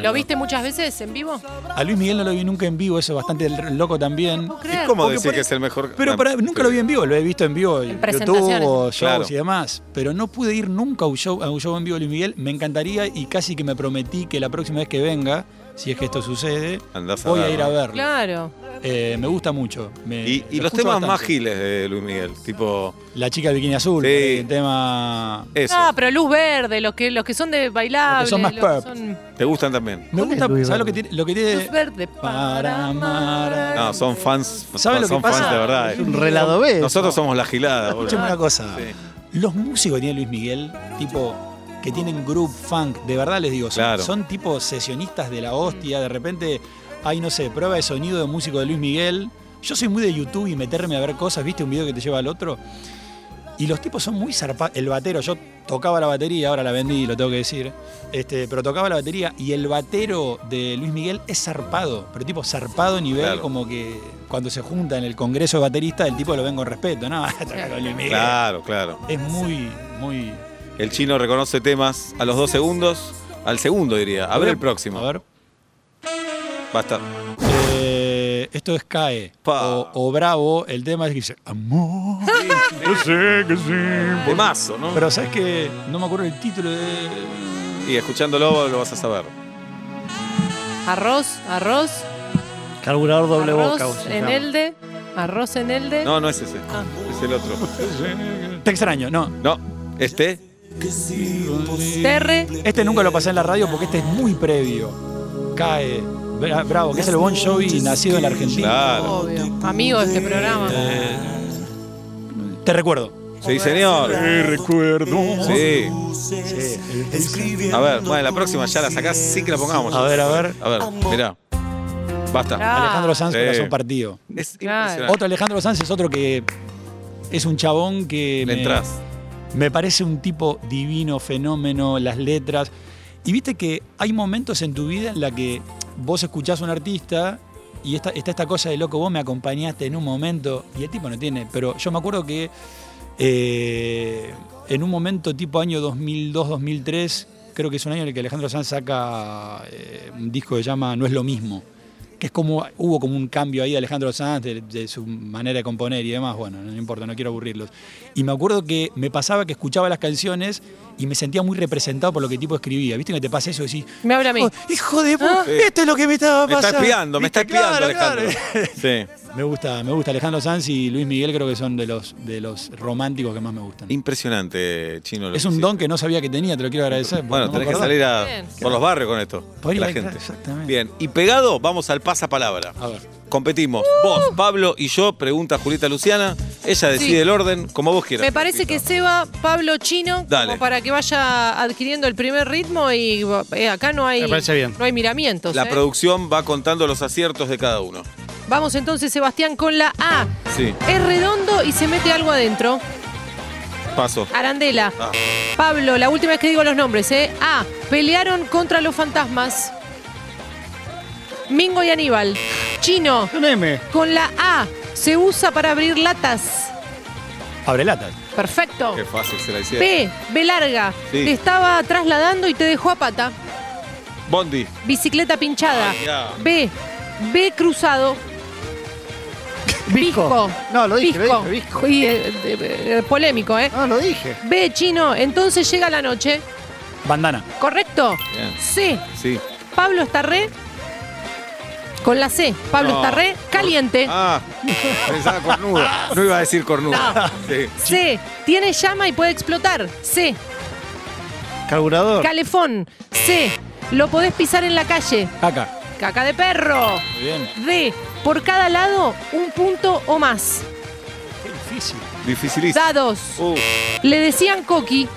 [SPEAKER 4] ¿Lo viste muchas veces en vivo? No
[SPEAKER 3] A Luis Miguel no lo vi nunca en vivo, eso es bastante r- loco también.
[SPEAKER 4] puedo
[SPEAKER 2] ¿Y
[SPEAKER 4] creer.
[SPEAKER 2] cómo
[SPEAKER 3] Porque
[SPEAKER 2] decir
[SPEAKER 3] por-
[SPEAKER 2] que es el mejor?
[SPEAKER 3] Pero para- nunca lo vi en vivo, lo he visto en vivo en YouTube,
[SPEAKER 4] presentaciones.
[SPEAKER 3] o shows
[SPEAKER 2] Claro.
[SPEAKER 3] y demás. Pero no pude ir nunca a un, show, a un show en vivo de Luis Miguel. Me encantaría y casi que me prometí que la próxima vez que venga, si es que esto sucede,
[SPEAKER 2] Andás a
[SPEAKER 3] voy a
[SPEAKER 2] verlo.
[SPEAKER 3] ir a verlo.
[SPEAKER 4] Claro.
[SPEAKER 3] Eh, me gusta mucho. me-
[SPEAKER 2] Y, y
[SPEAKER 3] lo
[SPEAKER 2] los
[SPEAKER 3] escucho
[SPEAKER 2] temas
[SPEAKER 3] bastante.
[SPEAKER 2] más giles de Luis Miguel, tipo
[SPEAKER 3] La chica del bikini azul, eh,
[SPEAKER 2] Sí.
[SPEAKER 3] el tema...
[SPEAKER 2] eso.
[SPEAKER 4] Ah, pero luz verde, los que, los que son de bailar.
[SPEAKER 3] Los que son más pop.
[SPEAKER 2] ¿Te gustan también?
[SPEAKER 3] Me
[SPEAKER 5] ¿Cuál es
[SPEAKER 3] gusta,
[SPEAKER 5] Luis
[SPEAKER 3] ¿sabes lo que
[SPEAKER 5] Verde?
[SPEAKER 3] tiene? Lo que tiene
[SPEAKER 4] Luz verde para amar.
[SPEAKER 2] No, son fans.
[SPEAKER 3] ¿Sabes lo que
[SPEAKER 2] son fans
[SPEAKER 3] pasa?
[SPEAKER 2] de verdad. eh.
[SPEAKER 5] un relado B.
[SPEAKER 2] Nosotros somos la gilada, boludo.
[SPEAKER 3] Escúchame una cosa.
[SPEAKER 2] Sí.
[SPEAKER 3] Los músicos que tiene Luis Miguel, tipo, que tienen group funk, de verdad les digo, son,
[SPEAKER 2] Claro.
[SPEAKER 3] son tipo sesionistas de la hostia, de repente hay, no sé, prueba de sonido de músico de Luis Miguel. Yo soy muy de YouTube y meterme a ver cosas, viste un video que te lleva al otro. Y los tipos son muy zarpados. El batero, yo tocaba la batería, ahora la vendí, lo tengo que decir. Este, pero tocaba la batería y el batero de Luis Miguel es zarpado. Pero tipo zarpado nivel
[SPEAKER 2] Claro.
[SPEAKER 3] como que cuando se junta en el congreso de bateristas, el tipo lo ven con respeto, ¿no? [laughs] Toca con Luis Miguel.
[SPEAKER 2] Claro, claro.
[SPEAKER 3] Es muy, muy.
[SPEAKER 2] El chino reconoce temas a los dos segundos. Al segundo diría. A ver el próximo.
[SPEAKER 3] A ver.
[SPEAKER 2] Basta.
[SPEAKER 3] Eh, esto es CAE.
[SPEAKER 2] Pa.
[SPEAKER 3] O, o Bravo, el tema es que dice
[SPEAKER 2] [laughs]
[SPEAKER 3] amor.
[SPEAKER 2] De mazo, ¿no?
[SPEAKER 3] Pero sabes que no me acuerdo el título de.
[SPEAKER 2] Y escuchándolo lo vas a saber.
[SPEAKER 4] Arroz, arroz.
[SPEAKER 5] Carburador doble
[SPEAKER 4] arroz
[SPEAKER 5] boca. vos,
[SPEAKER 4] en
[SPEAKER 5] se
[SPEAKER 4] Elde. Arroz en Elde.
[SPEAKER 3] Ah.
[SPEAKER 2] No, no es ese. Es el otro.
[SPEAKER 3] Te extraño, no.
[SPEAKER 2] No, este.
[SPEAKER 4] Terre.
[SPEAKER 3] Este nunca lo pasé en la radio porque este es muy previo. Cae, Bra- Bravo, que es el Bon Jovi nacido en la Argentina.
[SPEAKER 2] Claro.
[SPEAKER 4] Obvio. Amigo de este programa.
[SPEAKER 3] Te recuerdo.
[SPEAKER 2] Sí, señor.
[SPEAKER 3] recuerdo.
[SPEAKER 2] Sí.
[SPEAKER 1] Escribiendo
[SPEAKER 2] A ver, bueno, la próxima ya la sacás sin que la pongamos.
[SPEAKER 3] A ver, a ver.
[SPEAKER 2] A ver, mirá. Basta.
[SPEAKER 4] Ah.
[SPEAKER 3] Alejandro Sanz,
[SPEAKER 2] Sí.
[SPEAKER 3] corazón partido.
[SPEAKER 2] Es
[SPEAKER 4] Claro.
[SPEAKER 2] impresionante.
[SPEAKER 3] Otro Alejandro Sanz es otro que es un chabón que
[SPEAKER 2] Le
[SPEAKER 3] me,
[SPEAKER 2] entras.
[SPEAKER 3] me parece un tipo divino, fenómeno, las letras. Y viste que hay momentos en tu vida en la que vos escuchás a un artista y esta- está esta cosa de loco, vos me acompañaste en un momento y el tipo no tiene, pero yo me acuerdo que eh, en un momento tipo año 2002-2003, creo que es un año en el que Alejandro Sanz saca eh, un disco que se llama No es lo mismo, que es como, hubo como un cambio ahí de Alejandro Sanz, de, de su manera de componer y demás, bueno, no importa, no quiero aburrirlos. Y me acuerdo que me pasaba que escuchaba las canciones y me sentía muy representado por lo que el tipo escribía, ¿viste? Que te pasa eso y decís,
[SPEAKER 4] Me habla a mí. ¿Ah?
[SPEAKER 3] "Hijo- Oh, hijo de puta,
[SPEAKER 2] Sí.
[SPEAKER 3] esto es lo que me estaba
[SPEAKER 2] Me está
[SPEAKER 3] pasando.
[SPEAKER 2] espiando, me está
[SPEAKER 3] ¿Viste?
[SPEAKER 2] espiando,
[SPEAKER 3] Claro, claro.
[SPEAKER 2] Alejandro. Sí.
[SPEAKER 3] Me gusta, me gusta Alejandro Sanz y Luis Miguel creo que son de los, de los románticos que más me gustan.
[SPEAKER 2] Impresionante, chino. lo
[SPEAKER 3] Es un
[SPEAKER 2] hiciste.
[SPEAKER 3] don que no sabía que tenía, te lo quiero agradecer. porque
[SPEAKER 2] Bueno,
[SPEAKER 3] no me
[SPEAKER 2] tenés que
[SPEAKER 3] acordaba.
[SPEAKER 2] salir a-
[SPEAKER 4] Bien.
[SPEAKER 2] por los barrios con esto.
[SPEAKER 3] Podría
[SPEAKER 2] la
[SPEAKER 3] ir,
[SPEAKER 2] gente.
[SPEAKER 3] exactamente.
[SPEAKER 2] Bien, y pegado, vamos al pasapalabra.
[SPEAKER 3] A ver.
[SPEAKER 2] Competimos. Vos, Pablo y yo, pregunta Julieta Luciana. Ella decide
[SPEAKER 4] Sí.
[SPEAKER 2] el orden, como vos quieras.
[SPEAKER 4] Me parece que
[SPEAKER 2] Julita.
[SPEAKER 4] Seba, Pablo Chino,
[SPEAKER 2] Dale.
[SPEAKER 4] como para que vaya adquiriendo el primer ritmo y eh, acá no hay,
[SPEAKER 5] Me parece bien.
[SPEAKER 4] no hay miramientos.
[SPEAKER 2] La
[SPEAKER 4] eh.
[SPEAKER 2] producción va contando los aciertos de cada uno.
[SPEAKER 4] Vamos entonces, Sebastián, con la A.
[SPEAKER 2] Sí,
[SPEAKER 4] Es redondo y se mete algo adentro.
[SPEAKER 2] paso.
[SPEAKER 4] Arandela.
[SPEAKER 2] Ah.
[SPEAKER 4] Pablo, la última vez que digo los nombres, ¿eh? A. Pelearon contra los fantasmas. Mingo y Aníbal. Chino.
[SPEAKER 5] Un M.
[SPEAKER 4] Con la A. Se usa para abrir latas.
[SPEAKER 3] Abre latas.
[SPEAKER 4] Perfecto.
[SPEAKER 2] Qué fácil se la hicieron.
[SPEAKER 4] P. B larga.
[SPEAKER 2] Sí.
[SPEAKER 4] Te estaba trasladando y te dejó a pata.
[SPEAKER 2] Bondi.
[SPEAKER 4] Bicicleta pinchada.
[SPEAKER 2] Ay, ya.
[SPEAKER 4] B. B cruzado. Pisco.
[SPEAKER 5] No, lo dije, lo
[SPEAKER 4] Pisco.
[SPEAKER 5] dije, Visco.
[SPEAKER 4] Y, eh, eh, eh, polémico, ¿eh?
[SPEAKER 5] No, lo dije.
[SPEAKER 4] B, chino. Entonces llega la noche.
[SPEAKER 3] Bandana.
[SPEAKER 4] ¿Correcto?
[SPEAKER 2] Bien.
[SPEAKER 4] C.
[SPEAKER 2] Sí.
[SPEAKER 4] Pablo está re. Con la C. Pablo
[SPEAKER 2] No.
[SPEAKER 4] está re. Caliente.
[SPEAKER 2] Ah, pensaba cornudo. No iba a decir cornudo. Sí.
[SPEAKER 4] C. Tiene llama y puede explotar. C.
[SPEAKER 5] Carburador.
[SPEAKER 4] Calefón. C. Lo podés pisar en la calle.
[SPEAKER 3] Acá.
[SPEAKER 4] Caca de perro.
[SPEAKER 3] Muy bien.
[SPEAKER 4] D. Por cada lado, un punto o más.
[SPEAKER 3] Qué difícil.
[SPEAKER 2] Dificilísimo.
[SPEAKER 4] Dados.
[SPEAKER 2] Uh,
[SPEAKER 4] Le decían Coqui.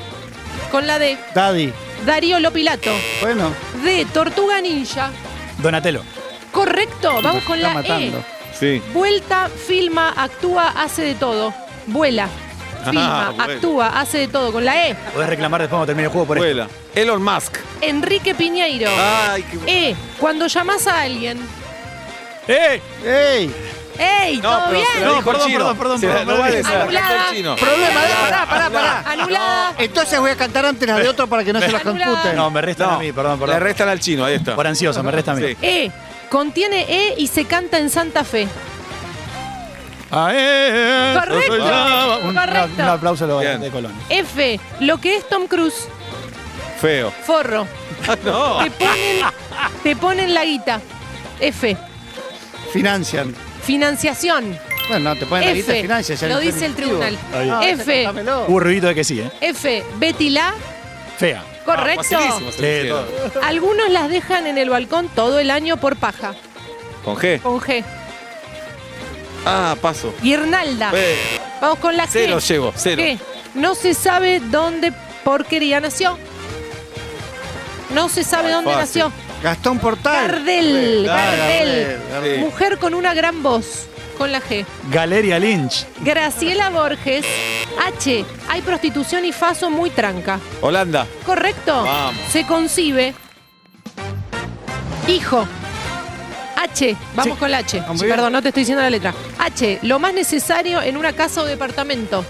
[SPEAKER 4] Con la D.
[SPEAKER 5] Daddy.
[SPEAKER 4] Darío Lopilato.
[SPEAKER 5] Bueno,
[SPEAKER 4] D. Tortuga Ninja.
[SPEAKER 3] Donatello.
[SPEAKER 4] Correcto. Vamos
[SPEAKER 5] me
[SPEAKER 4] con
[SPEAKER 5] está
[SPEAKER 4] la
[SPEAKER 5] matando.
[SPEAKER 4] E.
[SPEAKER 2] sí.
[SPEAKER 4] Vuelta, filma, actúa, hace de todo. Vuela, filma,
[SPEAKER 2] Ah, vuela.
[SPEAKER 4] actúa, hace de todo. Con la E.
[SPEAKER 3] Podés reclamar después cuando termine el juego por esto.
[SPEAKER 2] Vuela. Elon Musk.
[SPEAKER 4] Enrique Piñeiro.
[SPEAKER 2] Ay, qué
[SPEAKER 4] E. Cuando llamas a alguien.
[SPEAKER 3] ¡Eh!
[SPEAKER 5] ¡Ey!
[SPEAKER 4] ¡Ey!
[SPEAKER 2] No,
[SPEAKER 4] ¿Todo
[SPEAKER 2] pero se
[SPEAKER 4] bien?
[SPEAKER 2] la
[SPEAKER 5] No,
[SPEAKER 2] dijo
[SPEAKER 5] perdón,
[SPEAKER 2] el chino.
[SPEAKER 5] perdón, perdón,
[SPEAKER 2] Se la-
[SPEAKER 5] perdón,
[SPEAKER 2] no
[SPEAKER 5] perdón.
[SPEAKER 2] vale, se la
[SPEAKER 4] Anulada.
[SPEAKER 2] arrancó el chino.
[SPEAKER 5] Problema de.
[SPEAKER 4] Pará, pará, pará. Anulada.
[SPEAKER 5] Entonces voy a cantar antes las de otro para que no se las
[SPEAKER 4] Anulada.
[SPEAKER 5] computen.
[SPEAKER 3] No, me restan
[SPEAKER 2] No,
[SPEAKER 3] a mí, perdón,
[SPEAKER 2] Le
[SPEAKER 3] perdón.
[SPEAKER 2] restan al chino, ahí está.
[SPEAKER 3] Por ansioso, me restan a mí.
[SPEAKER 2] Sí.
[SPEAKER 4] E. Contiene E y se canta en Santa Fe.
[SPEAKER 3] Ah, eh, eh,
[SPEAKER 4] Correcto.
[SPEAKER 3] yo soy Java. Un,
[SPEAKER 4] Correcto.
[SPEAKER 3] un aplauso a los
[SPEAKER 2] Bien.
[SPEAKER 3] de Colonia.
[SPEAKER 4] F. Lo que es Tom Cruise.
[SPEAKER 2] Feo.
[SPEAKER 4] Forro.
[SPEAKER 2] [laughs] No.
[SPEAKER 4] Te ponen, te ponen la guita. F.
[SPEAKER 5] Financian.
[SPEAKER 4] Financiación.
[SPEAKER 5] Bueno, no, te ponen la guita de
[SPEAKER 4] F.
[SPEAKER 5] financian. ya
[SPEAKER 4] Lo
[SPEAKER 5] no
[SPEAKER 4] dice el
[SPEAKER 5] incentivo.
[SPEAKER 4] tribunal.
[SPEAKER 3] Ahí.
[SPEAKER 5] No, ese
[SPEAKER 4] F.
[SPEAKER 5] cantámelo.
[SPEAKER 3] Hubo ruidito de que sí, ¿eh?
[SPEAKER 4] F. Betty la.
[SPEAKER 3] Fea.
[SPEAKER 4] Correcto.
[SPEAKER 2] Ah, facilísimo, se lo
[SPEAKER 3] Sí,
[SPEAKER 2] hicieron.
[SPEAKER 4] Algunos las dejan en el balcón todo el año por paja.
[SPEAKER 2] Con G.
[SPEAKER 4] Con G.
[SPEAKER 2] Ah, paso.
[SPEAKER 4] Guirnalda.
[SPEAKER 2] Feo.
[SPEAKER 4] Vamos con la G.
[SPEAKER 2] Cero llevo, cero.
[SPEAKER 4] G. No se sabe dónde porquería nació. No se sabe
[SPEAKER 2] Ay,
[SPEAKER 4] dónde
[SPEAKER 2] fácil.
[SPEAKER 4] nació.
[SPEAKER 5] Gastón Portal.
[SPEAKER 4] Gardel.
[SPEAKER 2] claro,
[SPEAKER 4] Gardel.
[SPEAKER 2] Sí.
[SPEAKER 4] Mujer con una gran voz. Con la G.
[SPEAKER 3] Galeria Lynch.
[SPEAKER 4] Graciela Borges. H. Hay prostitución y faso muy tranca.
[SPEAKER 2] Holanda.
[SPEAKER 4] Correcto.
[SPEAKER 2] Vamos.
[SPEAKER 4] Se concibe. Hijo. H. Vamos con la H.
[SPEAKER 5] Ah, muy
[SPEAKER 4] Sí,
[SPEAKER 5] bien.
[SPEAKER 4] Perdón, no te estoy diciendo la letra. H. Lo más necesario en una casa o departamento.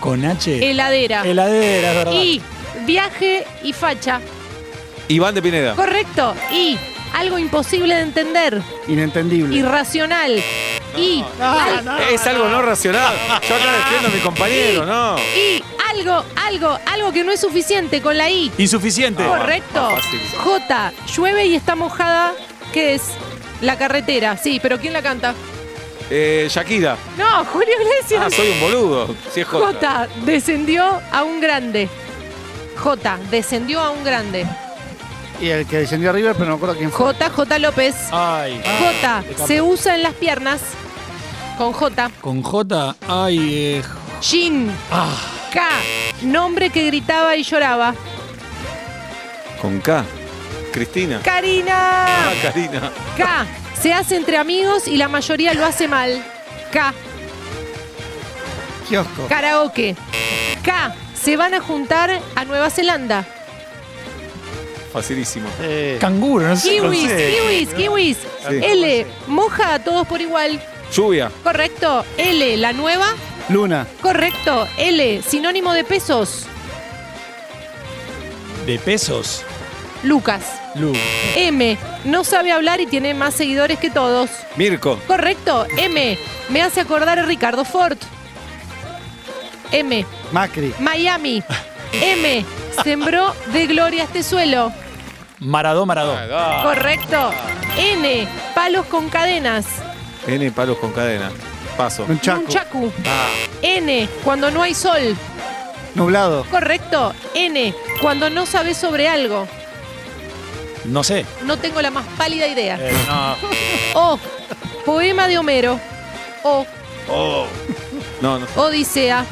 [SPEAKER 3] Con H.
[SPEAKER 4] Heladera.
[SPEAKER 3] Heladera, es verdad.
[SPEAKER 4] Y. Viaje y facha.
[SPEAKER 2] Iván de Pineda.
[SPEAKER 4] Correcto. Y. Algo imposible de entender.
[SPEAKER 5] Inentendible.
[SPEAKER 4] Irracional. Y. al-
[SPEAKER 2] Es algo no racional. Yo acá defiendo a mi compañero, ¿no?
[SPEAKER 4] Y. Algo, algo, algo que no es suficiente con la I.
[SPEAKER 3] Insuficiente.
[SPEAKER 2] Ah,
[SPEAKER 4] Correcto.
[SPEAKER 2] más fácil.
[SPEAKER 4] J, llueve y está mojada, ¿qué es? La carretera, sí, pero ¿quién la canta?
[SPEAKER 2] Eh, Shakira.
[SPEAKER 4] No, Julio Iglesias.
[SPEAKER 2] Ah, soy un boludo. Si es J.
[SPEAKER 4] J descendió a un grande. J descendió a un grande.
[SPEAKER 5] Y el que descendió a River, pero no me acuerdo quién fue.
[SPEAKER 4] J, J López.
[SPEAKER 2] Ah,
[SPEAKER 3] Ay.
[SPEAKER 4] J
[SPEAKER 3] de campo.
[SPEAKER 4] se usa en las piernas. Con J.
[SPEAKER 3] Con J, ay, eh, ah,
[SPEAKER 4] Jin. K. Nombre que gritaba y lloraba.
[SPEAKER 2] Con K. Cristina.
[SPEAKER 4] Karina.
[SPEAKER 2] Ah, Karina.
[SPEAKER 4] K. Se hace entre amigos y la mayoría lo hace mal. K.
[SPEAKER 5] Kiosco.
[SPEAKER 4] Karaoke. K. Se van a juntar a Nueva Zelanda.
[SPEAKER 2] Facilísimo.
[SPEAKER 5] Eh,
[SPEAKER 3] canguro, no sé.
[SPEAKER 4] Kiwis, kiwis, kiwis.
[SPEAKER 2] Sí.
[SPEAKER 4] L. Moja a todos por igual.
[SPEAKER 2] Lluvia.
[SPEAKER 4] Correcto. L. La nueva.
[SPEAKER 5] Luna.
[SPEAKER 4] Correcto. L. Sinónimo de pesos.
[SPEAKER 3] De pesos,
[SPEAKER 4] Lucas.
[SPEAKER 3] Lu.
[SPEAKER 4] M. No sabe hablar y tiene más seguidores que todos.
[SPEAKER 2] Mirko.
[SPEAKER 4] Correcto. M. Me hace acordar a Ricardo Ford. M.
[SPEAKER 5] Macri.
[SPEAKER 4] Miami. M. Sembró de gloria este suelo.
[SPEAKER 3] Maradó, Maradó.
[SPEAKER 2] Ah, da.
[SPEAKER 4] Correcto. N. Palos con cadenas.
[SPEAKER 2] N palos con cadena. Paso.
[SPEAKER 5] Un chaco.
[SPEAKER 4] Nunchaku. N. Cuando no hay sol.
[SPEAKER 5] Nublado.
[SPEAKER 4] Correcto. N. Cuando no sabes sobre algo.
[SPEAKER 3] No sé.
[SPEAKER 4] No tengo la más pálida idea.
[SPEAKER 3] Eh, no.
[SPEAKER 4] O. Poema de Homero. O.
[SPEAKER 2] Oh. No, no.
[SPEAKER 4] Odisea.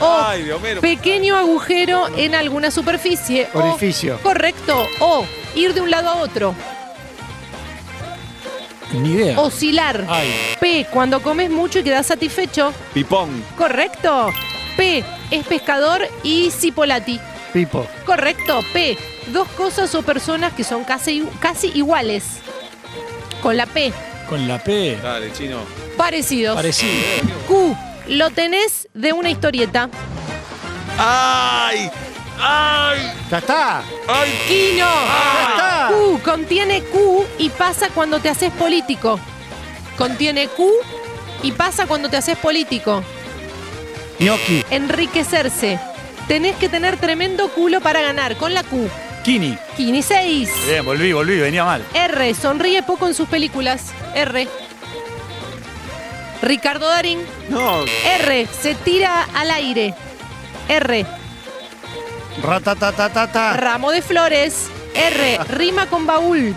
[SPEAKER 4] O.
[SPEAKER 2] Ay, de Homero.
[SPEAKER 4] Pequeño agujero en alguna superficie. O-
[SPEAKER 5] Orificio.
[SPEAKER 4] correcto. O. Ir de un lado a otro.
[SPEAKER 3] Ni idea.
[SPEAKER 4] Oscilar.
[SPEAKER 3] Ay.
[SPEAKER 4] P. Cuando comes mucho y quedas satisfecho.
[SPEAKER 2] Pipón.
[SPEAKER 4] Correcto. P. Es pescador y cipolati.
[SPEAKER 5] Pipo.
[SPEAKER 4] Correcto. P. Dos cosas o personas que son casi, casi iguales. Con la P.
[SPEAKER 3] Con la P.
[SPEAKER 2] Dale, chino.
[SPEAKER 4] Parecidos.
[SPEAKER 3] Parecido.
[SPEAKER 4] Q. Lo tenés de una historieta.
[SPEAKER 2] ¡Ay! ¡Ay!
[SPEAKER 5] Ya está.
[SPEAKER 2] ¡Ay!
[SPEAKER 4] Quino.
[SPEAKER 5] Ah.
[SPEAKER 4] Q. Contiene Q y pasa cuando te haces político. Contiene Q y pasa cuando te haces político.
[SPEAKER 5] Gnocchi.
[SPEAKER 4] Enriquecerse. Tenés que tener tremendo culo para ganar. Con la Q.
[SPEAKER 3] Kini.
[SPEAKER 4] Quini 6.
[SPEAKER 3] Bien, volví, volví, venía mal.
[SPEAKER 4] R. Sonríe poco en sus películas. R. Ricardo Darín.
[SPEAKER 2] No.
[SPEAKER 4] R. Se tira al aire. R.
[SPEAKER 5] Ratatatatata.
[SPEAKER 4] Ramo de flores. R. Rima con baúl.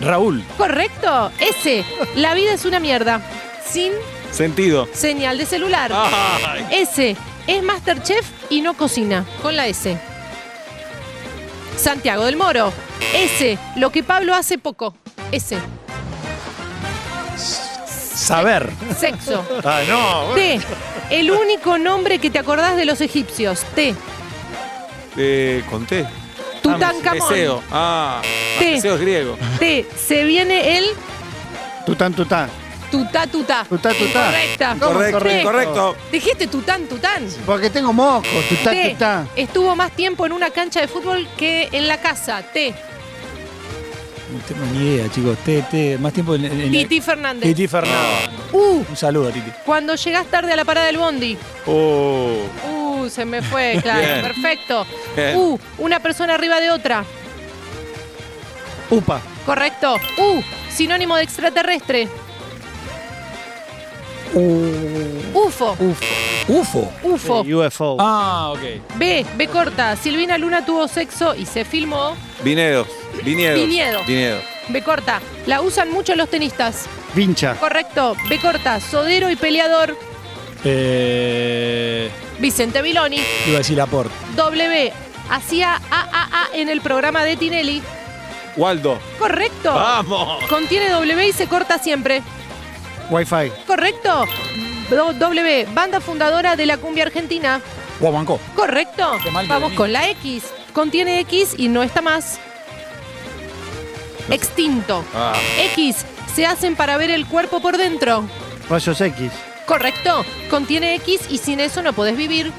[SPEAKER 3] Raúl.
[SPEAKER 4] Correcto. S. La vida es una mierda. Sin
[SPEAKER 2] Sentido.
[SPEAKER 4] señal de celular.
[SPEAKER 2] Ah. ¡Ay!
[SPEAKER 4] S. Es Masterchef y no cocina. Con la S. Santiago del Moro. S. Lo que Pablo hace poco. S.
[SPEAKER 3] Saber.
[SPEAKER 4] Sexo.
[SPEAKER 3] Ah, no.
[SPEAKER 4] T. El único nombre que te acordás de los egipcios. T.
[SPEAKER 2] Eh, conté.
[SPEAKER 4] Tutankamón.
[SPEAKER 2] Deseo. Ah. ah,
[SPEAKER 4] Sí.
[SPEAKER 2] Deseo es griego.
[SPEAKER 4] T. Se viene el
[SPEAKER 5] Tután, tután.
[SPEAKER 4] tutá tutá.
[SPEAKER 5] Tutá, tutá.
[SPEAKER 4] Correcta.
[SPEAKER 5] ¿Cómo
[SPEAKER 2] Ah, Correcto,
[SPEAKER 5] correcto?
[SPEAKER 2] correcto.
[SPEAKER 4] Dijiste tután tután.
[SPEAKER 5] Porque tengo moco. Tutá,
[SPEAKER 4] T.
[SPEAKER 5] tutá.
[SPEAKER 4] Estuvo más tiempo en una cancha de fútbol que en la casa. T.
[SPEAKER 3] No tengo ni idea, chicos. T, T. Más tiempo en, en- en la-
[SPEAKER 4] Titi Fernández.
[SPEAKER 3] Titi Fernández. Ah,
[SPEAKER 4] U.
[SPEAKER 3] Un saludo a Titi.
[SPEAKER 4] Cuando llegas tarde a la parada del bondi.
[SPEAKER 2] Oh.
[SPEAKER 4] Uh, se me
[SPEAKER 2] [laughs]
[SPEAKER 4] fue, claro.
[SPEAKER 2] Bien.
[SPEAKER 4] Perfecto.
[SPEAKER 2] Bien.
[SPEAKER 4] U. Una persona arriba de otra.
[SPEAKER 5] Upa.
[SPEAKER 4] Correcto. U. Sinónimo de extraterrestre. UFO.
[SPEAKER 3] UFO.
[SPEAKER 4] UFO.
[SPEAKER 5] Sí, UFO.
[SPEAKER 3] Ah, ok.
[SPEAKER 4] B. B corta. Silvina Luna tuvo sexo y se filmó.
[SPEAKER 2] Vinedos. Viñedos.
[SPEAKER 4] Viñedo.
[SPEAKER 2] Viñedo.
[SPEAKER 4] B corta. La usan mucho los tenistas.
[SPEAKER 5] Vincha.
[SPEAKER 4] Correcto. B corta. Sodero y peleador.
[SPEAKER 3] Eh,
[SPEAKER 4] Vicente Viloni.
[SPEAKER 3] iba a decir Laporte.
[SPEAKER 4] W. Hacía AAA en el programa de Tinelli.
[SPEAKER 2] Waldo.
[SPEAKER 4] Oh. Correcto.
[SPEAKER 3] Ah.
[SPEAKER 2] ¡Vamos!
[SPEAKER 4] Contiene W y se corta siempre.
[SPEAKER 5] Wi-Fi.
[SPEAKER 4] Correcto. Do- W. Banda fundadora de la cumbia argentina.
[SPEAKER 3] Guamanco.
[SPEAKER 4] Correcto.
[SPEAKER 3] Qué mal de
[SPEAKER 4] Vamos
[SPEAKER 3] mí.
[SPEAKER 4] con la X. Contiene X y no está más. Extinto.
[SPEAKER 2] Ah.
[SPEAKER 4] X. Se hacen para ver el cuerpo por dentro.
[SPEAKER 5] Rayos X.
[SPEAKER 4] Correcto. Contiene X y sin eso no podés vivir.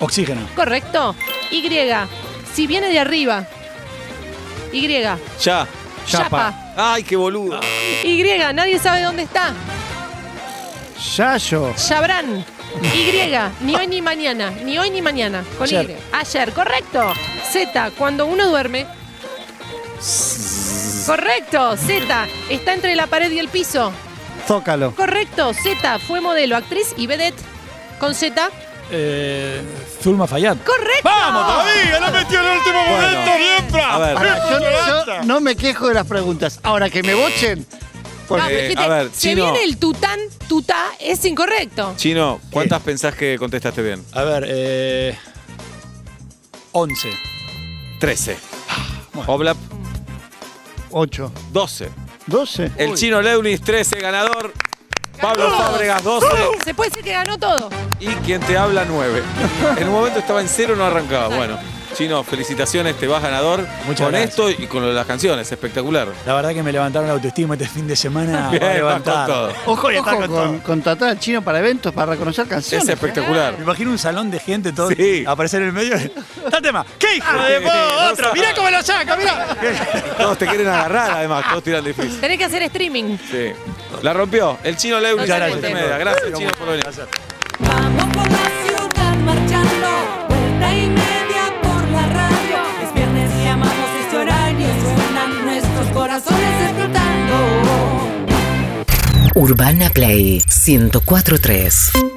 [SPEAKER 3] Oxígeno.
[SPEAKER 4] Correcto. Y. Si viene de arriba. Y.
[SPEAKER 2] Ya.
[SPEAKER 4] Chapa.
[SPEAKER 2] ¡Ay, qué boludo!
[SPEAKER 4] Y. Nadie sabe dónde está.
[SPEAKER 5] Yayo.
[SPEAKER 4] Sabrán. Y. Ni hoy ni mañana. Ni hoy ni mañana. Con
[SPEAKER 3] Ayer.
[SPEAKER 4] Y. Ayer. Correcto. Z. Cuando uno duerme. Correcto. Z. Está entre la pared y el piso.
[SPEAKER 5] Zócalo.
[SPEAKER 4] Correcto, Z fue modelo, actriz y vedette. Con Z,
[SPEAKER 3] Eh, Zulma Fayad.
[SPEAKER 4] correcto.
[SPEAKER 2] ¡Vamos todavía! ¡La metió en el último momento! ¡Bien, Fra!
[SPEAKER 1] A ver.
[SPEAKER 2] Bien,
[SPEAKER 4] Ah,
[SPEAKER 5] Pará, yo-
[SPEAKER 2] Yolanda.
[SPEAKER 5] yo no me quejo de las preguntas. Ahora que me bochen.
[SPEAKER 4] Ah,
[SPEAKER 2] Eh,
[SPEAKER 4] pero dijiste,
[SPEAKER 2] a ver,
[SPEAKER 4] se
[SPEAKER 2] Chino.
[SPEAKER 4] viene el tután, tutá, es incorrecto.
[SPEAKER 2] Chino, ¿cuántas pensás que contestaste bien?
[SPEAKER 3] A ver, eh, 11.
[SPEAKER 2] 13.
[SPEAKER 3] Ah, bueno.
[SPEAKER 2] Oblap,
[SPEAKER 5] 8.
[SPEAKER 2] 12.
[SPEAKER 5] 12.
[SPEAKER 2] El chino Leunis, 13, ganador. Pablo Fábregas, 12.
[SPEAKER 3] Uh.
[SPEAKER 4] Se puede decir que ganó todo.
[SPEAKER 2] Y quien te habla,
[SPEAKER 3] [laughs]
[SPEAKER 2] 9. En un momento estaba en cero, no arrancaba. Bueno, chino, felicitaciones, te vas ganador.
[SPEAKER 3] Muchas
[SPEAKER 2] con
[SPEAKER 3] gracias.
[SPEAKER 2] esto y con lo de las canciones, espectacular.
[SPEAKER 3] La verdad que me levantaron la autoestima este fin
[SPEAKER 2] [laughs]
[SPEAKER 3] de semana.
[SPEAKER 2] Bien,
[SPEAKER 3] va a
[SPEAKER 2] vas
[SPEAKER 3] levantar.
[SPEAKER 2] con todo.
[SPEAKER 5] Ojo,
[SPEAKER 3] está
[SPEAKER 5] con,
[SPEAKER 3] con todo.
[SPEAKER 5] contratar al chino para eventos, para reconocer canciones.
[SPEAKER 2] Es espectacular.
[SPEAKER 3] Me imagino un salón de gente todo
[SPEAKER 2] Sí. Ah,
[SPEAKER 3] aparecer en el medio. ¡Está tema! ¡Qué hijo Ah, de po-
[SPEAKER 2] no
[SPEAKER 3] ¡Otro! ¡Mirá cómo lo saca! ¡Mirá!
[SPEAKER 2] Todos te quieren agarrar, además, todos tiran
[SPEAKER 3] [laughs]
[SPEAKER 2] difícil.
[SPEAKER 4] Tenés que hacer streaming.
[SPEAKER 2] Sí. La rompió. El chino Leunis,
[SPEAKER 4] Muchas gracias.
[SPEAKER 2] Fuente Media. Gracias, chino, por venir.
[SPEAKER 6] Vamos por la ciudad marchando, vuelta y media por la radio. Es viernes y amamos este horario, suenan nuestros corazones explotando.
[SPEAKER 7] Urbana Play 1043.